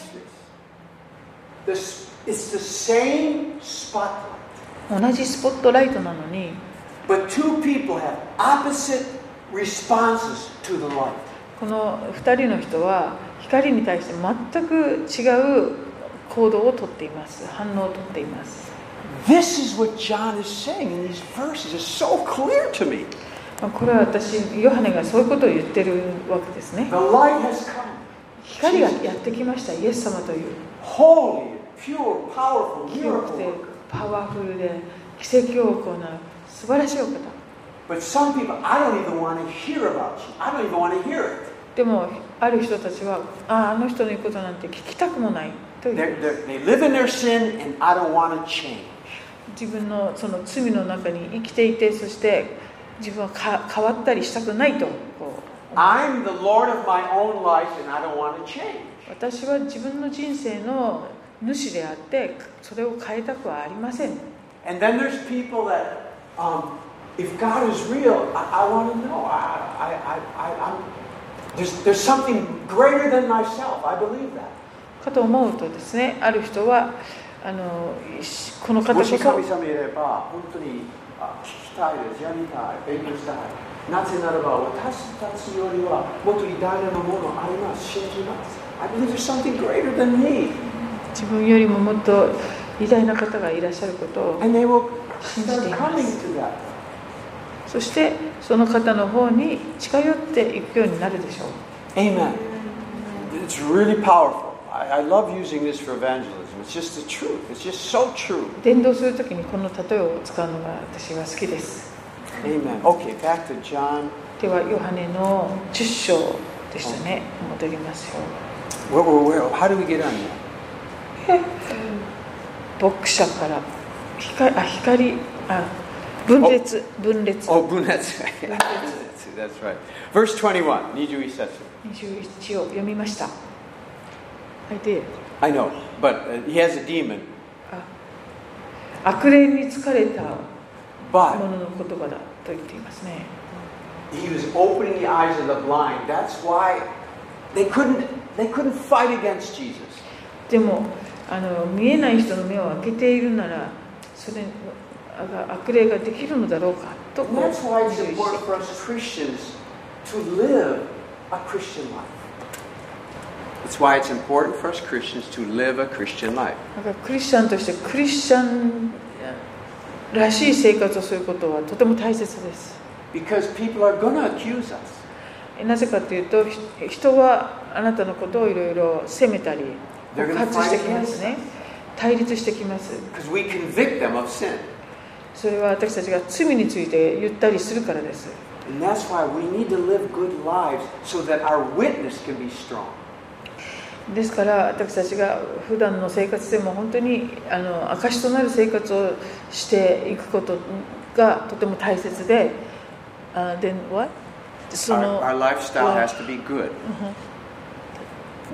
This it's the same spotlight,
同じスポットライトなのに
but two people have opposite responses to the light.
この2人の人は光に対して全く違う行動をとっています反応をとっています
This is what John is saying in these verses. It's so clear to me.
まあこれは私ヨハネがそういうことを言ってるわけですね
The light has come.
光がやってきましたイエス様という
Holy, pure, powerful,
清く
miracle
て
worker.
パワフルで奇跡を行う素晴らしいお方
But some people, I don't even want to hear about you. I don't even want to hear it.
でもある人たちはあああの人の言うことなんて聞きたくもないという
They're, they're, they live in their sin, and I don't want to change.
自分のその罪の中に生きていてそして自分はか変わったりしたくないとこう
I'm the Lord of my own life, and I don't want to change.
私は自分の人生の主であってそれを変えたくはありません
And then there's people that, um, if God is real, I, I want to know. I, I, I, I, I'm, there's, there's something greater than myself. I believe that.
かと思うとですねある人はあのしこの方こそ
uh, もし神様いれば、本当に聞きたいです、やりたい、勉強したい。なぜならば、私たちよりはもっと偉大なものあります。信じます。I believe there's something greater than me.
自分よりももっと偉大な方がいらっしゃることを
And they will
信じてい
start
ま
coming
す
to that.
そしてその方の方に近寄っていくようになるでしょう
Amen. It's really powerful. I, I love using this for evangelism. It's just the truth. It's just so true.
伝道するときにこの例えを使うのが私は好きです
Amen. Okay, back to John.
ではヨハネの10章でしたね戻りますよ
Where, where, where, how do we get on that?
牧者から光あ光あ分裂分裂
Oh, Bunetsu. Bunetsu, (laughs) That's right. Verse 21. Niju Isetsu.
21を読みましたはいで
I know, but uh, he has a demon.
悪霊に疲れたも
But
のの言葉だと言っていますね
he was opening the eyes of the blind. That's why they couldn't they couldn't fight against Jesus.
でもあの見えない人の目を開けているならそれあ悪霊ができるのだろうかと
And that's why it's
注
important
意し
for us Christians to live a Christian life. That's why it's important for us Christians to live a Christian life.
なんかクリスチャンとしてクリスチャンらしい生活をすることはとても大切です
Because people are going to accuse us.
なぜかというとひ人はあなたのことをいろいろ責めたり
They're
告
gonna
発してきますね
fight against
対立してきます
Because we convict them of sin.
それは私たちが罪について言ったりするからです
And that's why we need to live good lives so that our witness can be strong.
ですから私たちが普段の生活でも本当にあの証となる生活をしていくことがとても大切で、あで what? そ
Our,
の
our lifestyle
well-
has to be good.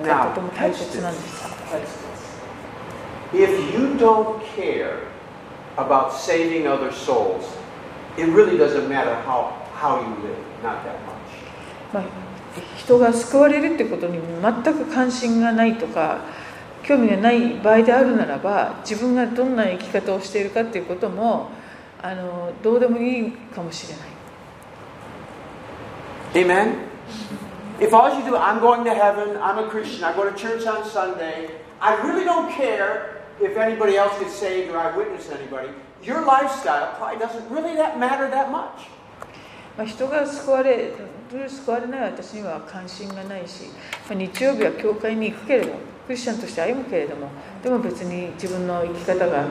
が
Now,
とても大
catch
切
this.
なんです。
Catch this. If you don't care about saving other souls, it really doesn't matter how, how you live, not that much.
まあ、人が救われるってことに全く関心がないとか興味がない場合であるならば自分がどんな生き方をしているかっていうこともあのどうでもいいかもしれない。
Amen? If all you do, I'm going to heaven, I'm a Christian, I go to church on Sunday, I really don't care if anybody else gets saved or I witness anybody, your lifestyle probably doesn't really that matter that much.
まあ、人が救われる、救われない私には関心がないし、まあ、日曜日は教会に行くけれども、クリスチャンとして歩むけれども、でも別に自分の生き方が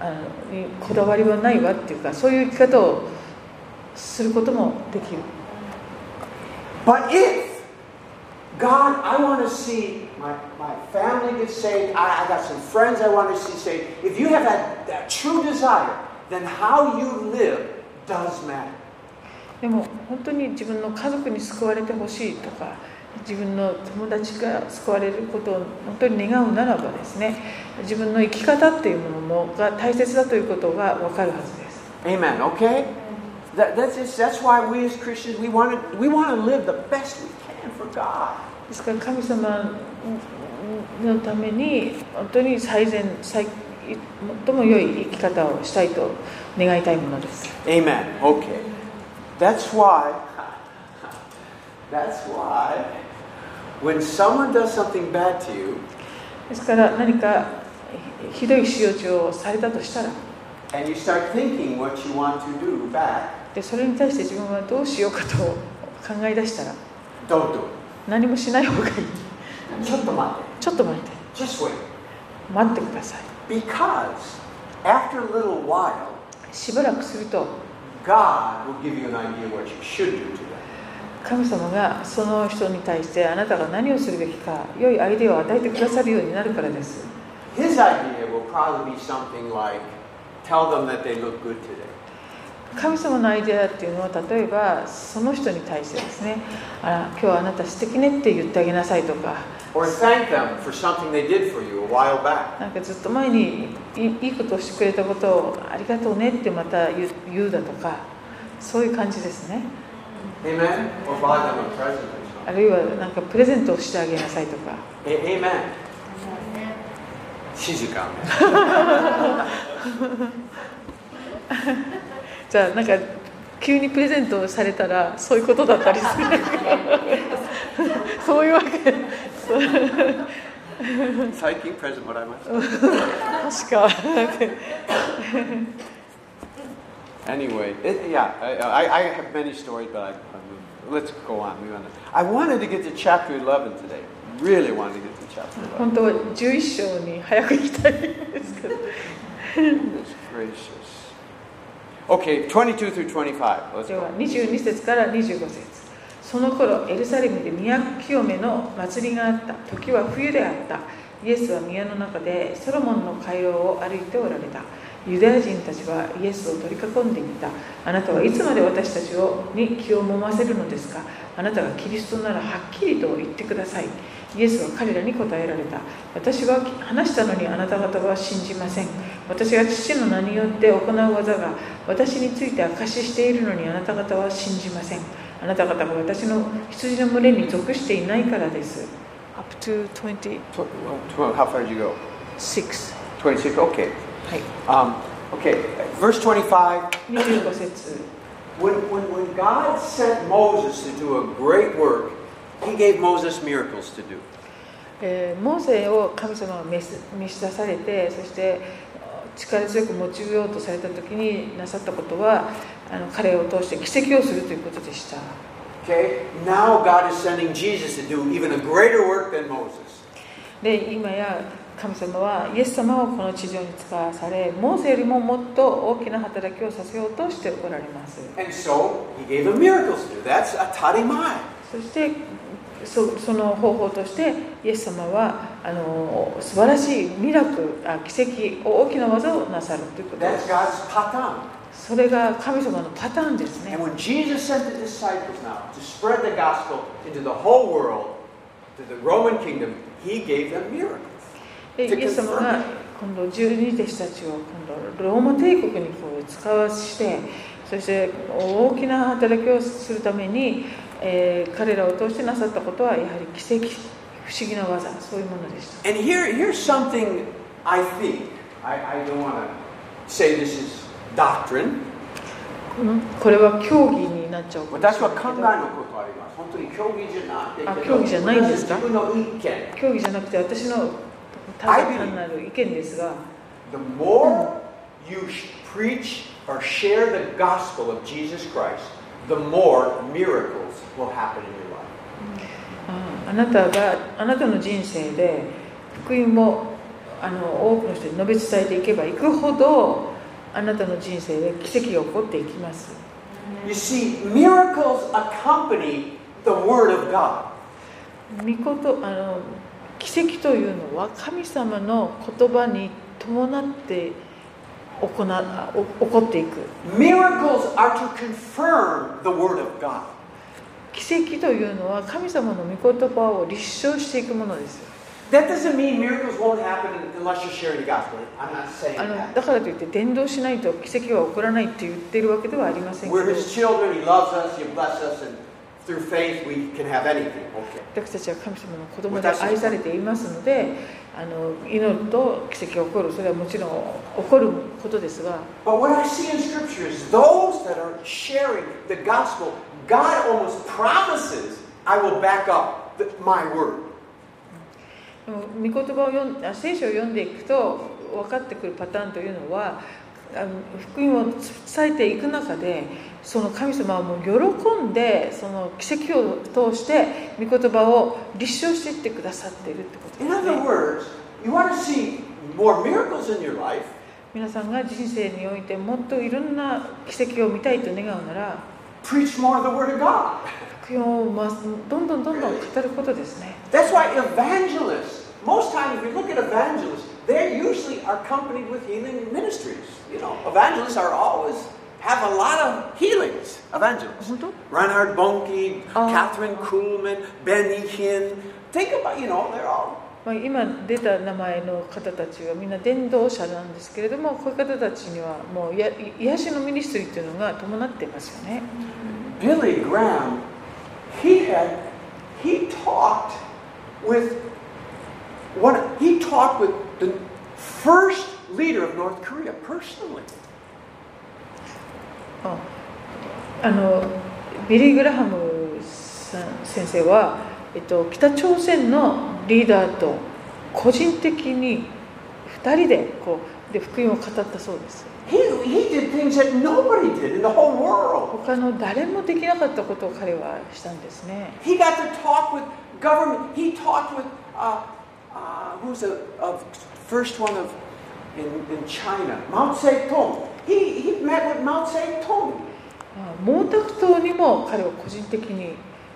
あのにこだわりはないわっていうか、そういう生き方をすることもできる。
But if God, I want to see my, my family get saved, I, I got some friends I want to see saved, if you have that, that true desire, then how you live does matter.
でも本当に自分の家族に救われてほしいとか自分の友達が救われることを本当に願うならばですね自分の生き方っていうものが大切だということが分かるはずです
Amen, okay? That, that's, just, that's why we as Christians, we want to, we want to live the best we can for God.
ですから神様のために本当に最善最最も良い生き方をしたいと願いたいものです
Amen, okay. That's why, (laughs) that's why when someone does something bad to you
ですから何かひどい仕打ちをされたとしたら
and you start thinking what you want to do back,
でそれに対して自分はどうしようかと考え出したら
don't do it.
何もしない方がいい
Just wait.
ちょっと待って
Just wait.
待ってください
Because after a little while,
しばらくすると
God will give you an idea what you should do to them.
神様がその人に対してあなたが何をするべきか良いアイデアを与えてくださるようになるからです
His idea will probably be something like, tell them that they look good today.
神様のアイデアっていうのは例えばその人に対してですねあ今日はあなた素敵ねって言ってあげなさいとか
Or thank them for something they did for you a while back.
なんかずっと前にいいいいことをしてくれたことをありがとうねってまた言う言うだとかそういう感じですね
Amen? Or buy them a present or
あ
something.
るいはなんかプレゼントをしてあげなさいとか
A- amen. Shizuka.
じゃあなんか急にプレゼントをされたらそういうことだったりするそういうわけそう
Psyche present, what I must.
確か
Anyway, it, yeah, I, I, I have many stories, but I, I, let's go on. We want to, I wanted to get to chapter 11 today. Really wanted to get to chapter 11.
本当は11章に早く行きたいですけど
Goodness gracious. Okay, 22 through 25. Let's
で
go.
は22節から25節その頃エルサレムで宮清めの祭りがあった時は冬であったイエスは宮の中でソロモンの回廊を歩いておられたユダヤ人たちはイエスを取り囲んでいたあなたはいつまで私たちをに気をもませるのですかあなたがキリストならはっきりと言ってくださいイエスは彼らに答えられた私は話したのにあなた方は信じません私が父の名によって行う技が私について証ししているのにあなた方は信じませんあなた方が私の羊の群れに属していないからです Up to 26
Tw- tw- how far did you go? 26, okay.
はい
Um, okay, verse 25.
25節
When, when, when God sent Moses to do a great work, he gave Moses miracles to do.
えーモーセを神様が召し召し出されてそして力強く用いようとされた時になさったことはあの彼を通して奇跡をするということでした
Okay? Now God is sending Jesus to do even a greater work than Moses.
で今や神様はイエス様をこの地上に使わされモーセよりももっと大きな働きをさせようとしておられます
And so he gave him miracles to do. That's a tarimai.
そしてそその方法としてイエス様はあの素晴らしいミラクルあ奇跡大きな技をなさるということで
That's
す
God's patam.
それが神様のパターンですね
And when Jesus sent the disciples now to spread the gospel into the whole world, to the Roman kingdom, he gave them miracles.
でイエス様が今度十二弟子たちを今度ローマ帝国にこう使わしてそして大きな働きをするために、えー彼らを通してなさったことはやはり奇跡不思議な技そういうものでした
And here, here's something I think. I, I don't want to say this is doctrine,
これは教義になっちゃうか
but
もし
that's what
れないけ
Kangan
ど
力あります。本当に競技じゃなくて、
あ競技じゃないんですか
自分の意見。
競技じゃなくて私のただ単なる意見ですが
The more you sh- preach or share the gospel of Jesus Christ, the more miracles will happen in your life.
ああなたがあなたの人生で福音をあの多くの人に述べ伝えていけばいくほどあなたの人生で奇跡が起こっていきます
You see, miracles accompany the Word of God.
御ことあの奇跡というのは神様の言葉に伴って行なお起こっていく
Miracles are to confirm the Word of God.
奇跡というのは神様の御言葉を立証していくものです
That doesn't mean miracles won't happen unless you're sharing the gospel. I'm not saying
あの
that.
だからといって伝道しないと奇跡は起こらないって言ってるわけではありませんけど
We're His children. He loves us. He blesses us, and through faith we can have anything. Okay.
私たちは神様の子供で愛されていますのであの祈ると奇跡が起こるそれはもちろん起こることですが
But what I see in Scripture is those that are sharing the gospel, God almost promises, "I will back up the, my word."
でも御言葉を読んあ聖書を読んでいくと分かってくるパターンというのはあの福音を伝えていく中でその神様はもう喜んでその奇跡を通して御言葉を立証していってくださっているってことで
In
す、
other
ね、
words, you want to see more miracles in your life.
皆さんが人生においてもっといろんな奇跡を見たいと願うなら
Preach more of the word of God.
福音をますどんどんどんどん語ることですね
That's why evangelists, most times if you look at evangelists, they usually are accompanied with healing ministries. You know, evangelists are always have a lot of healings. Evangelists.
本当
Reinhard Bonnke,
Oh.
Catherine Kuhlman, Benny Hinn. Think about, you know, they're all.
まあ、今出た名前の方たちはみんな伝道者なんですけれどもこういう方たちにはもうや癒しのミニストリーというのが伴ってますよね
Billy Graham, he had, he talked with one, he talked with the first leader of North Korea personally.
ああのビリー・グラハムさん先生は、えっと、北朝鮮のリーダーと個人的に2人でこうで福音を語ったそうです
He, he did things that nobody did in the whole world.
他の誰もできなかったことを彼はしたんですね
He got to talk with government. He talked with uh, uh, who's the uh, first one of in, in China, Mao Zedong. He he met with Mao Zedong.
あ毛沢東にも彼は個人的に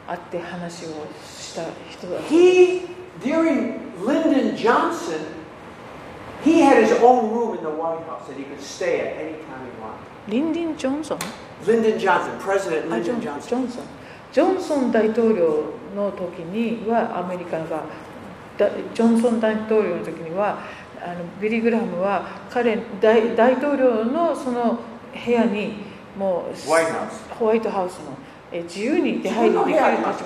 会って話をした人だ
He during Lyndon Johnson, he had his own room in the White House that he could stay at any time he wanted.
リンディン・ジョンソン
Lyndon Johnson, President
あジ
Lyndon
ョンジョン
Johnson.
ソンジョンソン大統領の時にはアメリカがだジョンソン大統領の時にはあのビリー・グラハムは彼大大統領のその部屋にもう
White House.
ホワイトハウスのえ自由に出入りできる立場だっ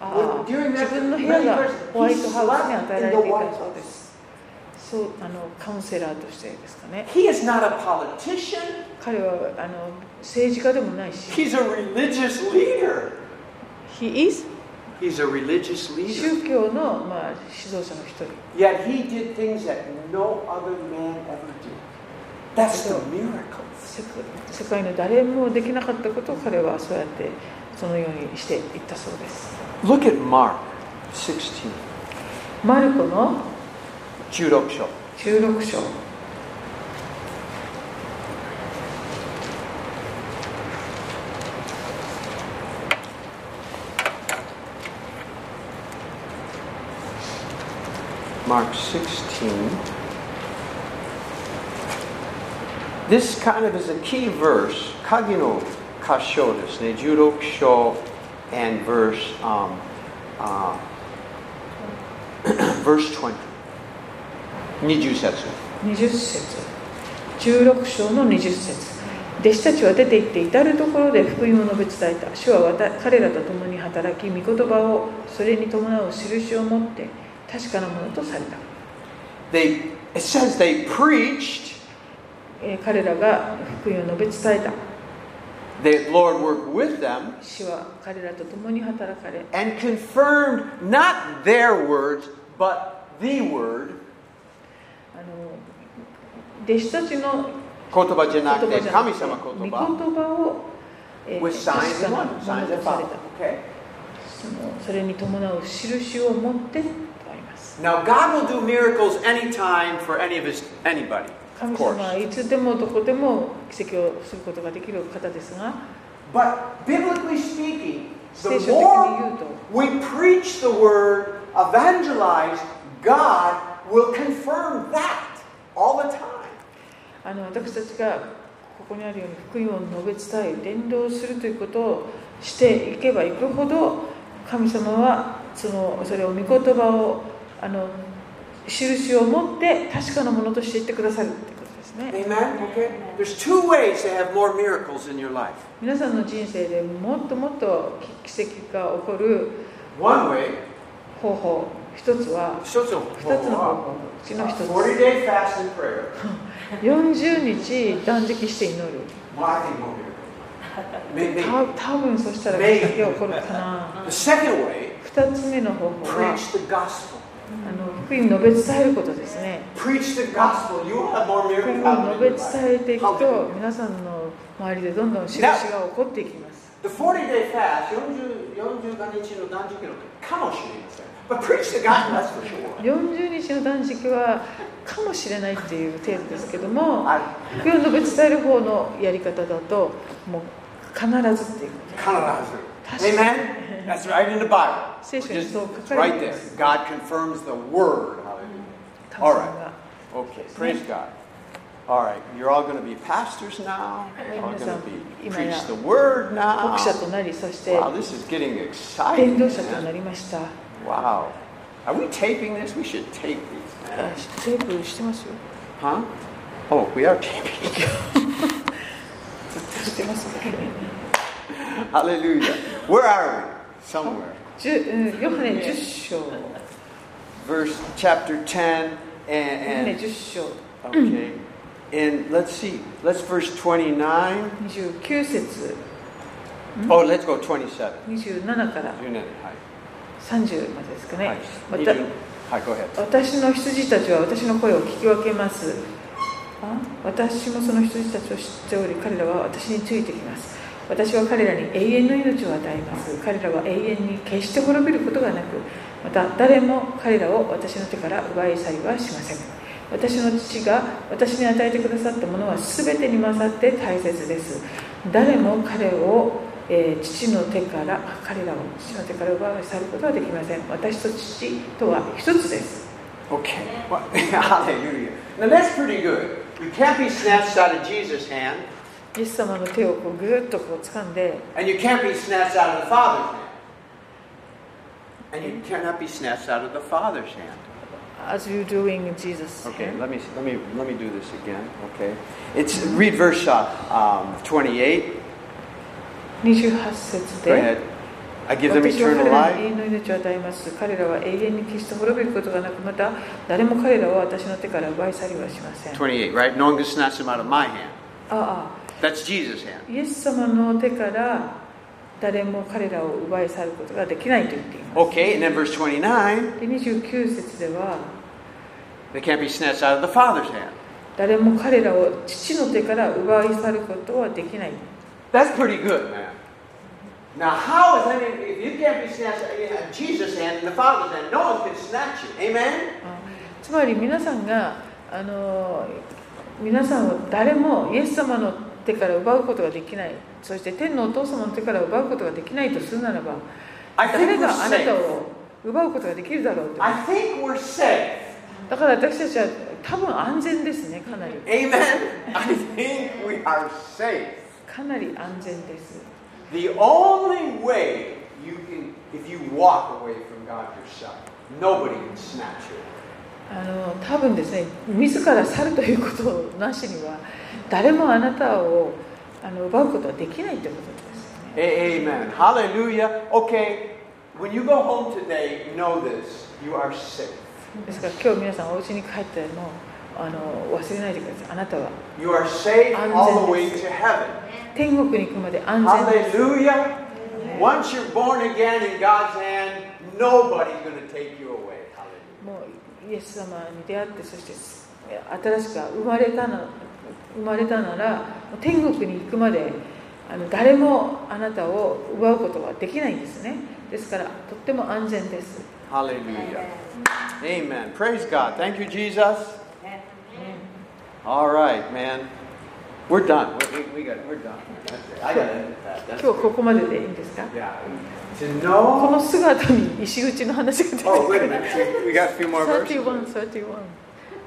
たああ
During
自
that
分の部屋
Lyndon
が
Johnson,
ホワイ
he
トハウスに
slept
与えら
in the
れていた
White
そうで
House.
すそうあのカウンセラーとしてですかね
He is not a politician.
彼はあの政治家でもないし
He's a religious leader.
He is
He's a religious
宗教の、まあ、指導者の一人
Yet he did things that no other man ever did. That's the miracles.
世世界の誰もできなかったことを彼はそうやってそのようにしていったそうです
Look at Mark 16,
マルコの
Judo Show.
16章
Mark 16. This kind of is a key verse. Kagino kasho desu ne. Judo Show and verse, um, uh, (clears throat) verse 20. Niju setsu.
20節16章の20節弟子たちは出て行って至る所で福音を述べ伝えた主はわた彼らと共に働き御言葉をそれに伴う印を持って確かなものとされた、
They, it says they preached
えー彼らが福音を述べ伝えた
The Lord worked with them
主は彼らと共に働かれ
and confirmed not their words, but the word,
あの弟子たちの
言葉じゃ
言葉
なくて
じゃな
神
くて
様
御
言
言
葉、
葉を、え
with signs
確
and
かな
wonders,
もの
signs and
とされ
follow.
た
Okay?
そのそれに伴う印を持ってとあります
Now, God will do miracles anytime for any of his, anybody,
神
of
様
course.
はいつでもどこでも奇跡をすることができる方ですが
But biblically speaking,
聖
the
書的に
more
言うと
we preach the word, evangelize, God will confirm that all the time.
あの私たちがここにあるように福音を述べ伝え伝道するということをしていけばいくほど神様はそのそれを御言葉をあの印を持って確かなものとして言ってくださるってことですね
Amen? Okay? There's two ways to have more miracles in your life.
皆さんの人生でもっともっと奇跡が起こる
One way,
方法一つは
so so,
二つの方法うちの一つ
40 day fast and prayer.
40日断食して祈る
Well, I think more miracles. Maybe.
た多分そしたら奇跡が起こるかな
The second way,
2つ目の方法は
preach the gospel.
あの福音述べ伝えることですね
Preach the gospel. You will have more
福
miracles
音
happen in
述べ
your life.
伝えていくと皆さんの周りでどんどん印が起こっていきます
The 40 day fast, 40, 45日の断食のかもしれません。But preach the gospel, that's for sure.
40日の断食はかもしれないっていう程度ですけども
I
福音述べ伝える方のやり方だともう必ずっていうこと
Kanarazu. Amen? That's right in the Bible.
聖書に
Just
そう書かれ
right
ていま
there.
す
God confirms the word. Hallelujah.
神様が
Okay, praise God. All right, you're all going to be pastors now. You're all going to be preach the word
牧
now.
者となりそして
Wow, this is getting
伝
exciting.
道者とな
man.
りました
Wow. Are we taping this? We should tape these.
あテープしてますよ
Huh? Oh, we are taping.
(laughs)
(laughs)
してますね
Hallelujah. Where are we? Somewhere.
じゅうんヨハネ10章、ヨ
Verse chapter 10
ハネ
and, and
10章
okay. And let's see. Let's verse 29.
29節
Oh, let's go 27.
27から
29. Hi.
30までですかね、
Hi.
ま
You
た
do- Hi, go ahead.
私の羊たちは私の声を聞き分けますあ私もその羊たちを知っており彼らは私についてきます私は彼らに永遠の命を与えます彼らは永遠に決して滅びることがなくまた誰も彼らを私の手から奪い去りはしません私の父が私に与えてくださったものは全てに勝って大切です誰も彼を、えー父の手から彼らを父の手から奪い去ることはできません私と父とは一つです
Okay. Well, (laughs) hallelujah. Now that's pretty good. You can't be snatched out of Jesus' hand,
イエス様の手をこうぐーっとこう掴んで
and you can't be snatched out of the Father's hand. And you cannot be snatched out of the Father's hand.
As you doing in Jesus
Okay, let me let me let me do this again. Okay, it's read verse uh, um, 28.
28節
Go
で
ahead. I give them
私は
eternal
彼ら
life.
に永遠の命を与えます彼らは永遠に決して滅びることがなくまた誰も彼らを私の手から奪い去りはしませんあ
28, right? No one can snatch them out of my hand.
あ
That's Jesus' hand.
イエス様の手から誰も彼らを奪い去ることができないと言っています
Okay, and then verse 29,
で29節では
they can't be snatched out of the Father's hand.
誰も彼らを父の手から奪い去ることはできない
That's pretty good, man. Now, how is any, if you can't be snatched out of Jesus' hand and the Father's hand, no one can snatch you. Amen?
あつまり皆さんがあの皆さんを誰もイエス様の手から奪うことができないそして天のお父様の手から奪うことができないとするならば
I think
誰
we're
があなた
safe.
を奪うことができるだろうと
I think we're safe.
だから私たちは多分安全ですねかなり
Amen? (laughs) I think we are safe.
かなり安全です
The only way you can, if you walk away from God yourself, nobody can snatch you.
あの多分ですね自ら去るということなしには誰もあなたをあの奪うことはできないということですね
A- Amen. Hallelujah. Okay, when you go home today, know this you are safe.
ですから今日皆さんお家に帰ってもあの忘れないでくださいあなたは
You are saved
Antes
all the way
de-
to heaven.
天国に行くまで安全です
Hallelujah. Once you're born again in God's hand, nobody's going to take you away. Hallelujah.
もうイエス様に出会ってそして新しく生まれたな生まれたなら天国に行くまであの誰もあなたを奪うことはできないんですねですからとっても安全です
Hallelujah. Amen. Praise God. Thank you, Jesus.
ね
All right, man. We're done. We, we, we got, we're done. That's it. I got to end that. That's
今
it.
日ここまででいいんですか
Yeah. To
こ
know.
の姿に石打ちの話が出てく
Oh, wait a
る
minute. We got a few more verses.
31 31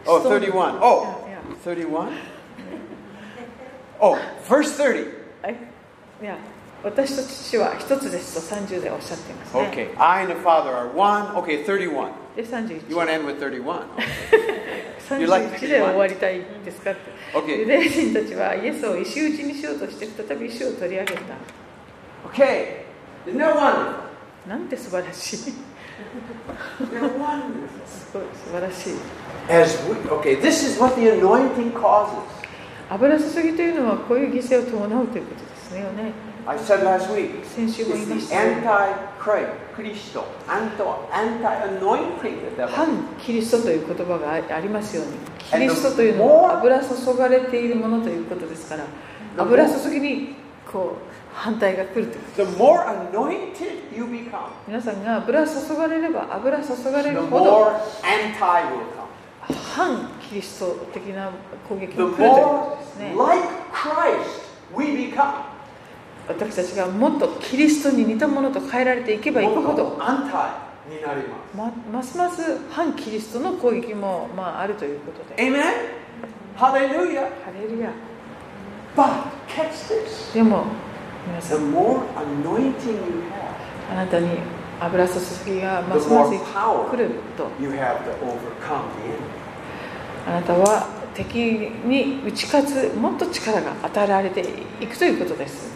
Oh, 31. Oh.
いやいや
31? Oh, verse 30.
はいいや私と父は一つですと30でおっしゃっていますね
Okay. I and the Father are one. Okay, 31.
で 31,
You want to end with 31?
31
You like
で終わりたいですかって
Okay.
(laughs) ユダヤ人たちはイエスを石打ちにしようとして再び石を取り上げた
Okay. Isn't that wonderful?
なんて素晴らしいす
Isn't that wonderful?
ごい素晴らしい
As we, okay, this is what the anointing causes.
油注ぎというのはこういう犠牲を伴うということですねよね
I said last week,
先週も言いまし
it's the
たね
anti-Christ, anti-anointing that that
反キリストという言葉があありますようにキ
And the
リストというのは
more-
油注がれているものということですから
も
油注ぎにこう反対が来るという
The more anointed you become,
皆さんが油注がれれば油注がれ
the
るほど
more anti will come.
反キリスト的な攻撃
The
が来るということ
more
ですね
like Christ we become,
私たちがもっとキリストに似たものと変えられていけばいくほど
antiになります。
まますます反キリストの攻撃も、まあ、あるということで
Amen? Hallelujah.
ハレルヤ
But catch this.
でも皆さ
The
ん
more anointing you have,
あなたに油注ぎがますます来ると
you have to overcome the enemy.
あなたは敵に打ち勝つもっと力が与えられていくということです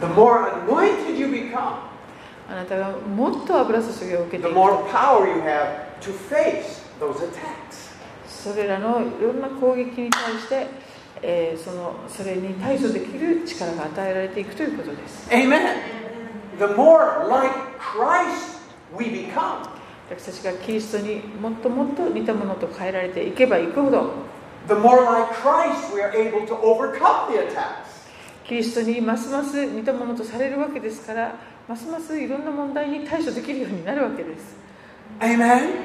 The more anointed you become,
あなたがもっと油注ぎを受けて
the
いく
more power you have to face those attacks.
それらのいろんな攻撃に対して、えーそのそれに対処できる力が与えられていくということです
Amen. The more like Christ we become,
私たちがキリストにもっともっと似たものと変えられていけばいくほど
the more like Christ we are able to overcome the attacks.
キリストにますます似たものとされるわけですからますますいろんな問題に対処できるようになるわけです
Amen.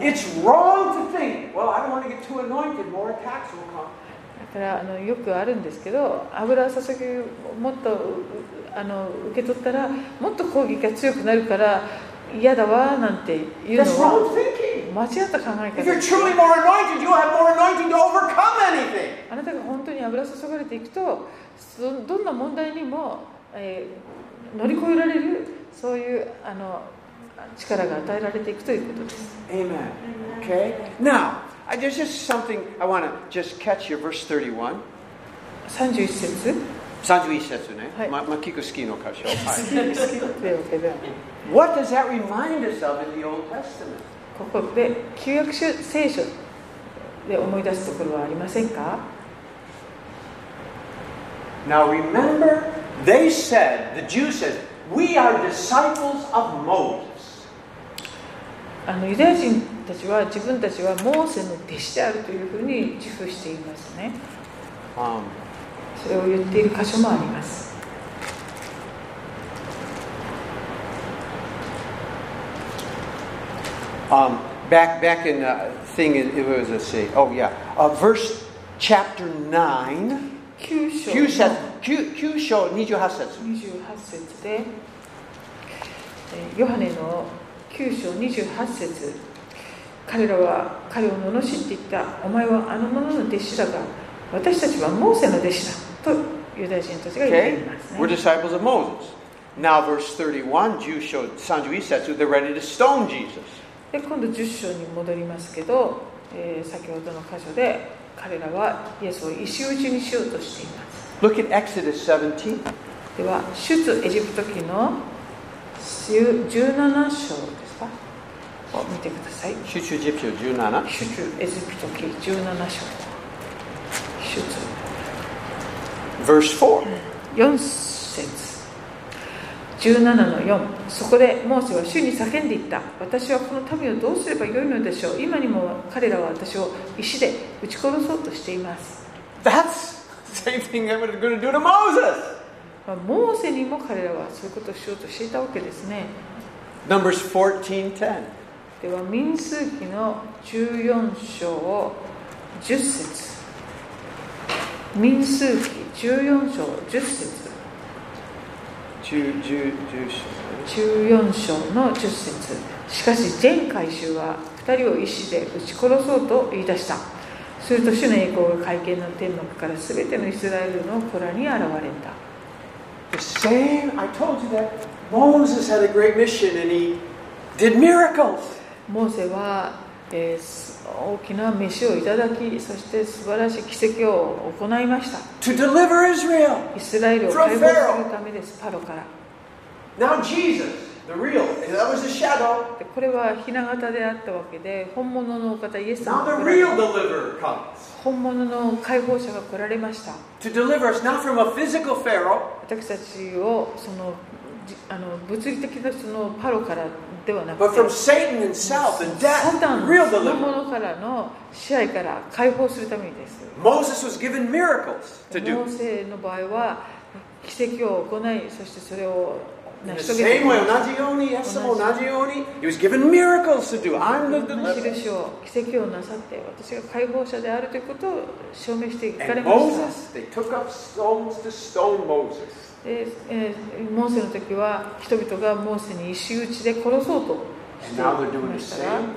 It's wrong to think, well, I don't want to get too anointed, more attacks will come.
だからあのよくあるんですけど油注ぎをもっとうあの受け取ったらもっと攻撃が強くなるから嫌だわなんていうの
That's
は
wrong thinking.
間違った考え
If
方
you're truly more anointed, you'll have more anointing to overcome anything.
あなたが本当に油注がれていくとそどんな問題にも、えー乗り越えられるそういうあの力が与えられていくということです
Amen. Okay? Now, I, there's just something I want to just catch here, verse 31.
31節はい。
31節ね。ま、ま、聞く好きの箇所。はい。
好き好きというわけで
Oh, (laughs) What does that remind us of in the Old Testament?
ここで旧約聖書で思い出すところはありませんか
Now remember, they said, the Jews said, we are disciples of Moses.
あのユダヤ人たちは自分たちはモーセの弟子であるというふうに自負していますね
Um,
それを言っている箇所もあります
um, back back in uh, thing, it, it was, let's see, oh yeah, uh, verse chapter 9,
九章の
9節9 9章28節
28節で、えーヨハネの9章28節彼らは彼を罵っていった、お前はあの者の弟子だが、私たちはモーセの弟子だとユダヤ人たちが言ってい
Okay,
ます
we're
ね。
disciples of Moses. Now, verse 31, Jews showed, 31節, they're ready to stone Jesus.
で今度10章に戻りますけど、えー先ほどの箇所で彼らはイエスを石打ちにしようとしています。
Look at Exodus 17.
では、出エジプト記の17章ですか。を見てください。
集中エジプト17
出エジプト記17章。出
verse 4
4節17の4そこでモーセは主に叫んでいった私はこの民をどうすればよいのでしょう今にも彼らは私を石で撃ち殺そうとしています
That's (laughs) the same thing they were going to do to Moses.
まあモーセにも彼らはそういうことをしようとしていたわけですね
Numbers 14:10.
では民数記の14章を10節民数記14章10節
Ju- ju- ju-
14章の10節しかし全回収は2人を石で撃ち殺そうと言い出したすると主の栄光が会見の天幕から全てのイスラエルの子らに現れた
The same, I told you that Moses had a great mission and he did miracles.
モーセは、えーす大きな飯をいただきそして素晴らしい奇跡を行いました
to deliver Israel.
イスラエルを解放するためですパロから
Now Jesus, the real, that was the shadow.
でこれは雛形であったわけで本物のお方イエス
Now
様
the real deliverer comes
本物の解放者が来られました
to deliver us not from a physical Pharaoh,
私たちをそのじあの物理的なそのパロからではなく
but from
て
Satan himself and
サ
death,
タ
the
ン
real
そのも
deliverer.
のからの支配から解放するためにです
Moses was given miracles to
モー
do.
セの場合は奇跡を行いそしてそれを
In
成
the
し遂げ
same way,
て
Onajioni, Esamo, Onajioni, he was given miracles to do. I'm the
こんな
deliverer.
印を奇跡をなさって私が解放者であるということを証明していかれ
And
ました
Moses, they took up stones to stone Moses.
で、えーモーセの時は人々がモーセに石打ちで殺そうと
And
して
now they're doing
ま
the
した
same
が
thing to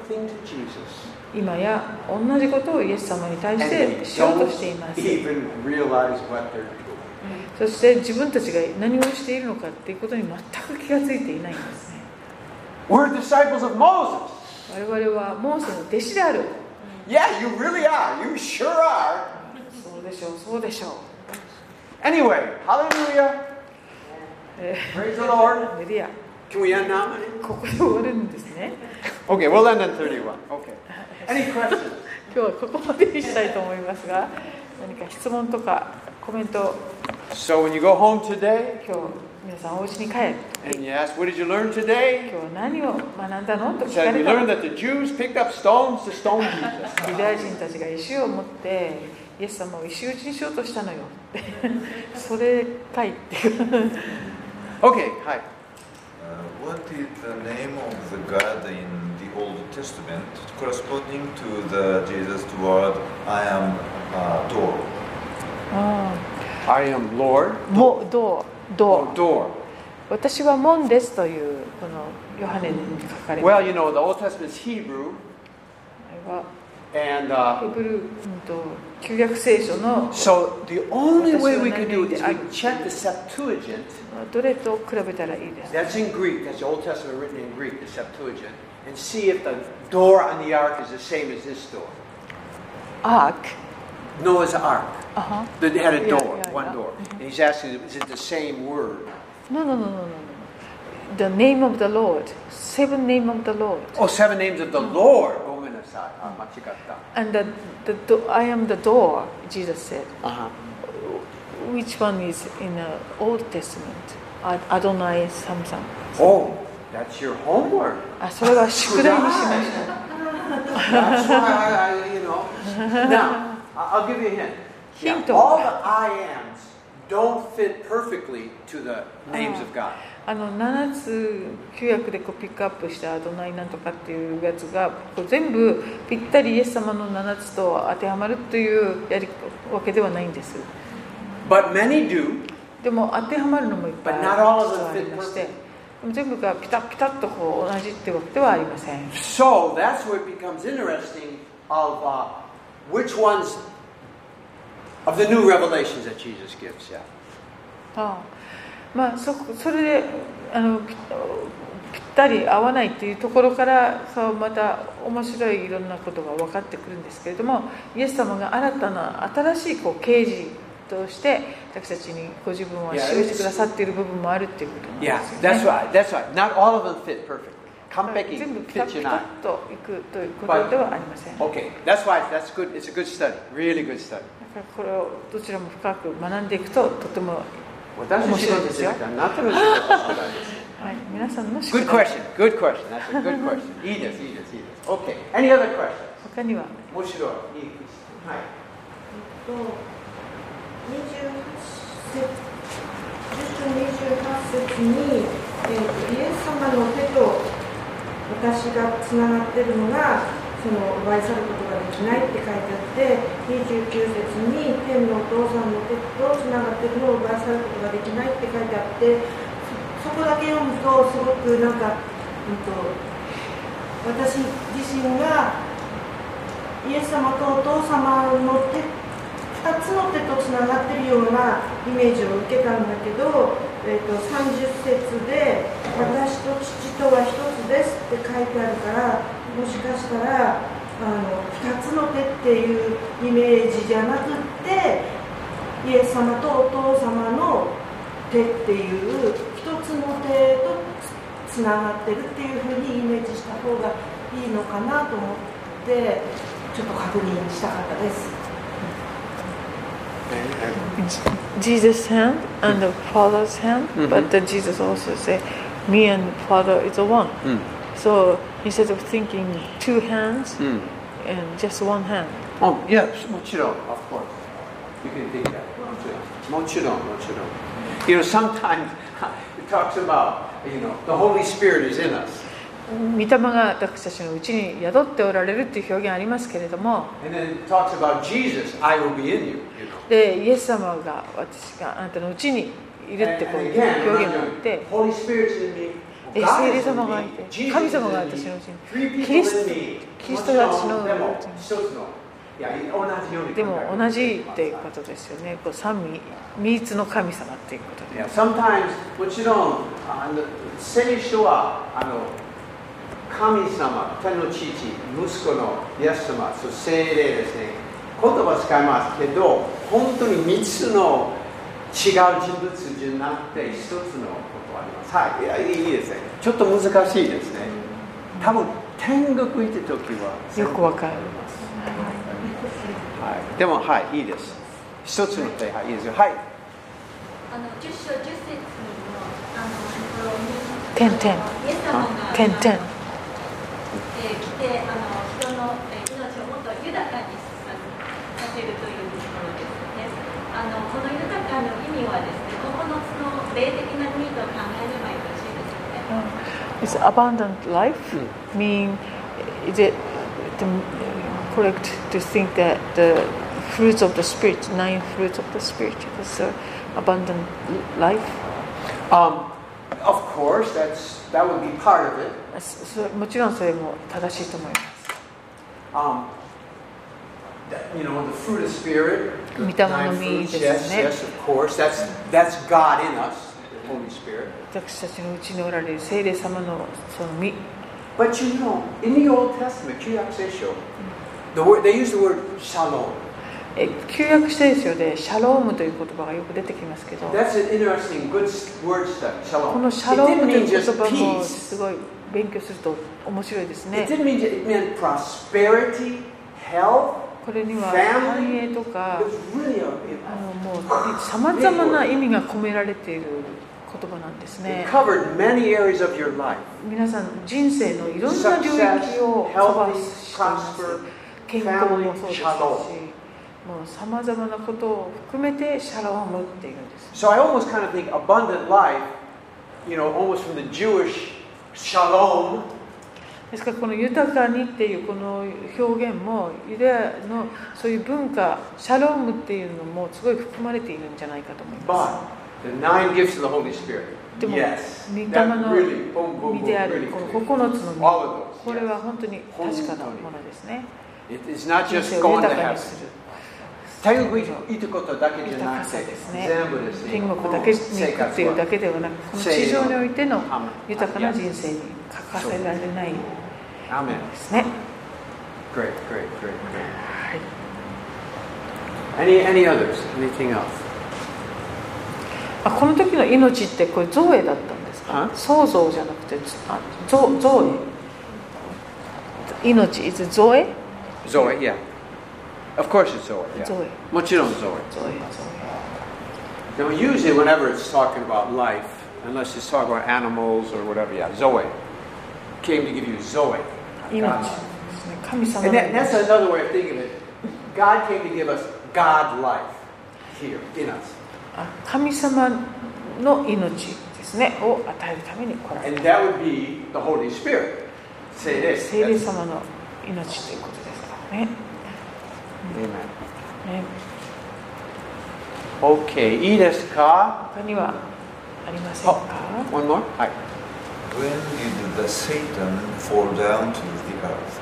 Jesus.
今や同じことをイエス様に対
And
して
they
しようとしていま
don't
す
even realize what they're doing.
そして自分たちが何をしているのかっていうことに全く気がついていないんですね
We're disciples of Moses.
我々はモーセの弟子である
Yeah, you really are. You sure are.
そうでしょうそうでしょう
Anyway, hallelujah. Praise the Lord.
メディア
Can we end now?
ここで終わるんですね
Okay, we'll end at 31. Okay. Any questions?
今日はここまでにしたいと思いますが何か質問とかコメント
So when you go home today
今日皆さんお家に帰って
and you ask, what did you learn
今
today?
日は何を学んだのと
It
聞か
said, we
れた
learned
ら
that the Jews picked up stones to stone Jesus.
ユダヤ人たちが石を持ってイエス様を石打ちにしようとしたのよ (laughs) それかいって
Okay, hi.
Uh, What is the name of the God in the Old Testament corresponding to the Jesus word I am uh, door?
あ
I am Lord.
あもどうど
Oh,
う
door.
私は門ですというこのヨハネに書かれて
Well, you know, the Old Testament's Hebrew,
あれは
and
ヘ
uh,
ブル、うん、と旧約聖書の
so the only way we can do it is we check the Septuagint.
どれと比べたらいいですか
That's in Greek. That's the Old Testament written in Greek, the Septuagint. And see if the door on the ark is the same as this door.
アーク
Noah's ark.
あは
That had a
Uh-huh. Yeah,
door,
yeah,
one
yeah. Mm-hmm.
door. And he's asking, is it the same word?
No, no, no, no, no, no. The name of the Lord, seven name of the Lord.
Oh, seven names of the
Mm-hmm.
Lord. Omenasai. Ah, machikatta.
And the, the do- I am the door, Jesus said.
Uh-huh.
Which one is in the Old Testament? Ad- Adonai Samson.
Oh, that's your homework.
あ、それは宿題にしまし
That's why I, I, you know. Now, I- I'll give you a hint. Yeah,
Hint.
all the I ams don't fit perfectly to the names of God.
た。あの7つ旧約でこうピックアップしたアドナイなんとかっていうやつがこう全部ぴったりイエス様の7つと当てはまるというやりわけではないんです。
But many do.
でも当てはまるのもいっぱい
But
実
not all of them
はありまして
fit
でも全部がピタッピタッとこう同じってわけではありません
So that's where it becomes interesting of uh, which ones of the new revelations that Jesus gives. Yeah.
ああまあそそれであのぴぴったり合わないっていうところからさまた面白いいろんなことが分かってくるんですけれどもイエス様が新たな新しいこう啓示として私たちにご自分を示してくださっている部分もあるっていうことなんです
Yeah.
よね
That's right. That's right. Not all of them fit perfectly. 完璧
全部ピタッ
pitch
ピタ
ない
ッといくということではありません。だか
Okay, that's why that's good. It's a good study, really good study.
らこれをどちらも深く学んでいくととても、は
面白いですよ。なっても知らないです。
い、皆さんの仕
Good
事
question, good question. That's a (laughs) good question. いいです、いいです、いいです。Okay, any other questions?
他には
面白い、いいです。はい。
と28節10章28節に、えーとイエス様の手と私がつながってるのがそのお会いすることができないって書いてあって29節に天のお父さんの手とつながってるのをお会いすることができないって書いてあってそそこだけ読むとすごくなんか、うん、と私自身がイエス様とお父様の手2つの手とつながってるようなイメージを受けたんだけど、えー、と30節で「私と父とは一つです」って書いてあるからもしかしたらあの2つの手っていうイメージじゃなくってイエス様とお父様の手っていう一つの手とつつながってるっていうふうにイメージした方がいいのかなと思ってちょっと確認したかったです。
Jesus hand and the Father's hand、
Mhm.
but the Jesus also say me and the Father is one so instead of thinking two hands and just one hand
Oh, yes, もちろん of course. You can think that. もちろん、もちろん。You know, sometimes (laughs) it talks about, you know, the Holy Spirit is in us.
御霊が私たちのうちに宿っておられるっていう表現ありますけれども
And then it talks about Jesus, I will be in you. you know.
でイエス様が私があなたのうちにいるってこう
And
いう
again,
表現があって。
Holy Spirit's in me.
で
God
聖
is
霊
in
様がい
me.
て
Jesus
神
is
様が
in
私
me.
のうちに
Three
キリ
people
ス
in
ト
me.
キリストが私の
もちろんでも一つの。いや、同じように考えてください。
でも同じっていうことですよねこう三位三一の神様っていうこと
y
で
e sometimes もちろんあの聖書はあの神様、天の父、息子のイエス様、そして聖霊ですね。言葉使いますけど、本当に三つの違う人物じゃなくて一つのことあります。はい、いやいいいいですね。ちょっと難しいですね。多分天国行った時は
よくわかる
あります。はい、でもはいいいです。一つの手はいいですよ。はい。
あの10章10節のあのところに
てんてん
イエス様が
点々
あのえー来てあの人の、えー命をもっと豊かにささせるというところですねあのこの豊かの意味はですねここのその霊的な意味と考えればよろしいです
Is
よね
abundant life mean is it the, correct to think that the fruits of the spirit nine fruits of the spirit is the abundant life
Um, of course, that's that would be part of it.
そそもちろんそれも正しいと思います
Um, that, you know, the fruit of spirit. the
御霊の実
nine fruits,
ですね。
yes, yes, of course. That's that's God in us, the Holy Spirit.
私たちのうちにおられる聖霊様のその実
But you know, in the Old Testament, Kyriaksesho, the word they use the word shalom.
え旧約聖書でシャロームという言葉がよく出てきますけど
That's an interesting good s- word study.
こ
Shalom.
のシャロー
it
ム
didn't
とい
mean
う言
just
葉も
peace.
すごい勉強すると面白いです
It
ね。
didn't mean it meant prosperity, health.
これには
Family
繁栄とか
It was really a,
あのもうさまざまな意味が込められている言葉なんです
it
ね。
covered many areas of your life.
皆さん人生のいろんな領域をカバーしています。健康もそうですし、もうさまざまなことを含めてシャロームっていうんです。
So I almost kind of think abundant life, you know, almost from the Jewish shalom,
ですからこの「豊かに」っていうこの表現もユダヤのそういう文化シャロームっていうのもすごい含まれているんじゃないかと思いま
but the nine gifts of the Holy Spirit.
でも、
Yes.
御霊の
That really, boom,
す
boom,
身
boom,
である
really
この
clear.
9つの実
All of
こ
those.
れ
yes.
は本当に確かなものですね
It- It's not
人
just
生を
going to
豊かに
heaven.
する
天国行くことだけじゃなくて
豊かさですね
全部ですね
天国だけに行くっていうだけではなくこの地上においての豊かな人生に欠かせられないんで
Amen.
すね
Great, great, great, great.
はい
Any, any others? Anything else?
あこの時の命ってこれ造営だったんですか
あ
創造じゃなくてつあ造造営命 is ゾエ
Zoe, yeah. Of course it's Zoe. Yeah.
Zoe.
もちろん Zoe.
ゾエ
Now, usually, whenever it's talking about life, unless it's talking about animals or whatever, yeah, Zoe. Came to give you Zoe.
命ですね神様の
And
命
that, that's another way of thinking of it. God came to give us God life here in us.
あ神様の命ですねを与えるために来られ
And
た
that would be the Holy Spirit. Say this.
聖霊
that's-
様の命ということですからね
Amen.
ね
Okay, いいですか
他にはありませんか
One more? はい。
When did the Satan fall down to the earth?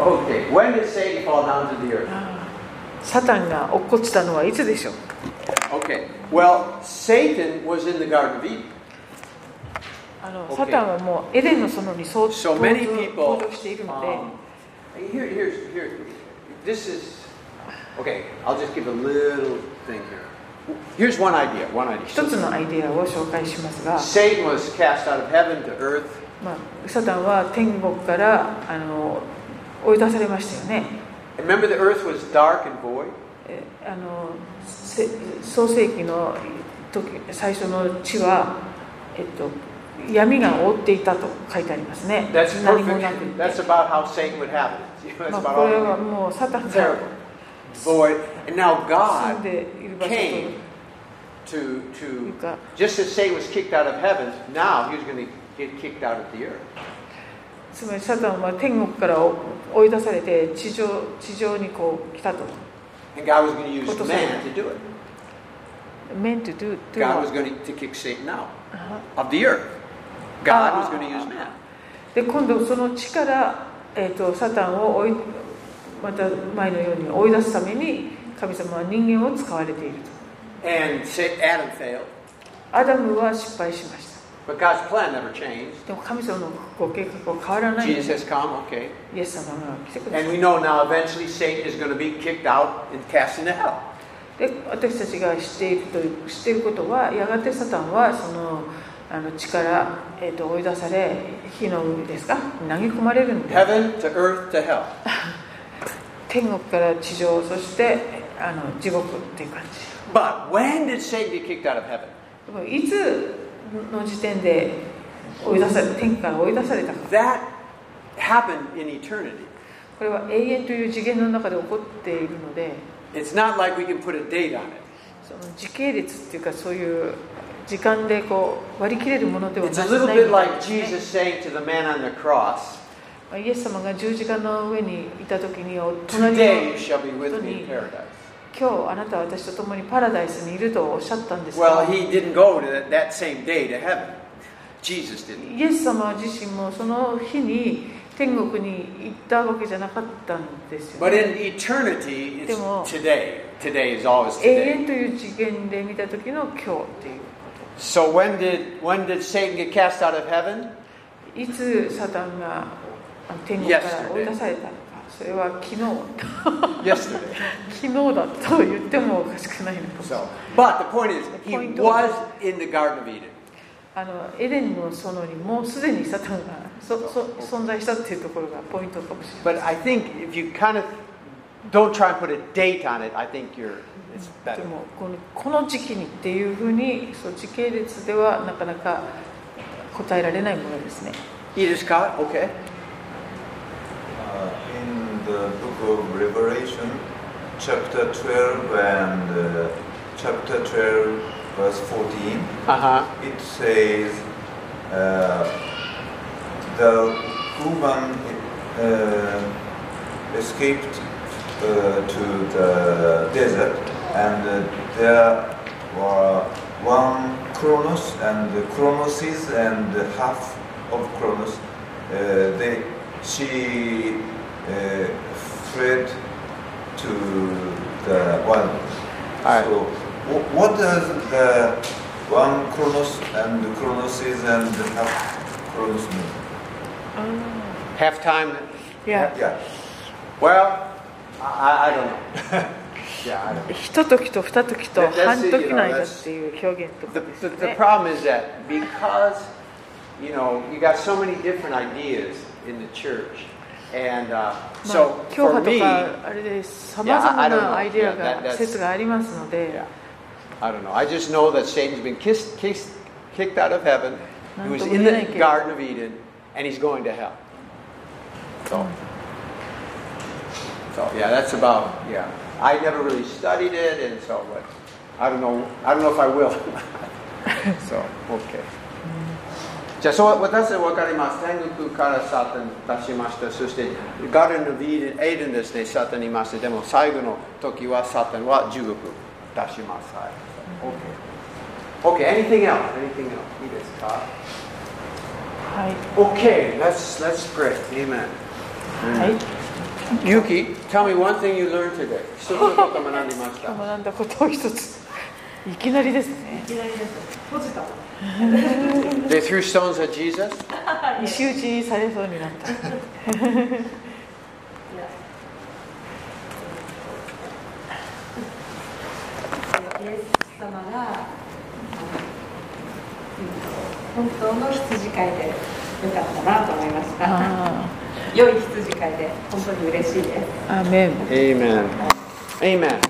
Okay, when did Satan fall down to the earth?
サタンが落っこちたのはいつでしょう
Okay, well, Satan was in the Garden of Eden.
あの
Okay.
サタンはもうエデンの園に相当
So many
登
people.
場しているの
um, here, here's, here, this is. Okay, I'll just give a little thing here. Here's one idea. One
で一つ
idea.
のアイデアを紹介しますが、
Satan was cast out of heaven to earth.
まあ、サタンは天国からあの追い出されましたよね
Remember, the earth was dark and void.
えあのせ創世紀の時最初の地は、えっと、闇が覆っていたと書いてありますね
That's
何もなく
perfect.
て
That's about how Satan would have it. (laughs) You know, That's
まあ、
about
これは
all.
もうサタン
he
が
did. Terrible. Void. And now
住ん
God
でいる場所とい
came to
う
to
か
just as Satan was kicked out of heaven. Now he was going to get kicked out of the earth.
つまりサタンは天国から追い出されて地上地上にこう来たと。
And God was going to use
What does
man
that
to do it.
meant to do, do
God was
what? Uh-huh.
going to kick Satan out
あ
of the earth. God
Ah.
was going to use man.
で今度その地から、えー、とサタンを追いまた前のように追い出すために神様は人間を使われていると
And Sa- Adam failed.
アダムは失敗しまし
But God's plan never changed.
たでも神様のご計画は変わらない
Jesus has come, okay.
イエス様が来てくださ
And
い
we know now eventually Satan is going to be kicked out and cast into hell.
で私たちが知っているという知っていることはやがてサタンはそのあの地から、えー、と追い出され火の海ですか投げ込まれるんだ
Heaven to earth to hell.
天国から地上そしてあの地獄っていう感じ
But when did Satan get kicked out of heaven?
でもいつの時点で追い出され天から追い出されたか
That happened in eternity.
これは永遠という次元の中で起こっているので
It's not like we can put a date on it.
その時系列っていうかそういう時間でこう割り切れるものではな
It's
い
a little bit
ないん
like
ですね
Jesus saying to the man on the cross,
まあイエス様が十字架の上にいた時にお隣の
Today you shall be with me in paradise.
今日あなたは私と共にパラダイスにいるとおっしゃったんです
Well,
が
he didn't go to that, that same day to heaven. Jesus didn't.
イエス様自身もその日に天国に行ったわけじゃなかったんですよ
But
ね
in eternity,
Demo-
it's today. Today is always today.
永遠という次元で見た時の今日っていう
So when did when did Satan get cast out of (gasps) heaven?
いつサタンがあの天国から追い出されたのか、それは昨日、
Yesterday.
昨日だと言ってもおかしくないのかもしれない
So, but the point is, he
point
was in the Garden of Eden.
あのエデンの園にもうすでにサタンがそそ存在したっていうところがポイントかもしれない。
But I think if you kind of don't try and put a date on it, I think you're it's
で
better.
もこのこの時期にっていうふうにそう時系列ではなかなか答えられないものですね。
Edith Scott, okay.
Uh, in the book of Revelation, chapter 12 and uh, chapter 12, verse 14,
Uh-huh.
it says, uh, the woman uh, escaped uh, to the desert, and uh, there were one Kronos and the Chronoses and the half of Kronos. Uh, they, she uh, fled to the one.
Alright.
So, wh- what does the one Kronos and the Chronoses and the half Kronos mean?
Half time.
いや
Yeah.
Well, I, I- I don't know. (laughs) yeah, I don't know.
ひと時とふた時と半時の間っていう表現とか
The,
です
the,
よ
the
ね。
problem is that because you know, you got so many different ideas in the church. And uh,
まあ
so
教
for
派と
me,
かあれでさまざ
Yeah,
ま
I- I don't know.
なアイデア
Yeah, that-
が
that's-
説がありますので
yeah, I don't know. I just know that Satan's been kissed, kissed, kicked out of heaven. He was in the Garden of Eden, and he's going to hell.
So,
So yeah, that's about yeah. I never really studied it, and so but I don't know. I don't know if I will. (laughs) so okay. じゃあそう私たち分かります。天国からサタン出しました。そしてガーデンのビーデンエイデンですね、サタンいました。でも最後の時はサタンは地獄出します。はい。OK。OK、anything else? Anything else? いいですか
はい
?OK、let's, let's pray. Amen.
はい
Yuki, tell me one thing you learned today. 一つのこと学んでまし
今
た
日。学んだことを一ついきなりですね
いきなりです。閉じた。
They threw stones at Jesus.
石打ちされそうになった
イエス様があの本当の羊飼いでよかったなと思いました。
あ
良い羊飼いで本当に嬉しいです。
ーアーメン
Amen. Amen.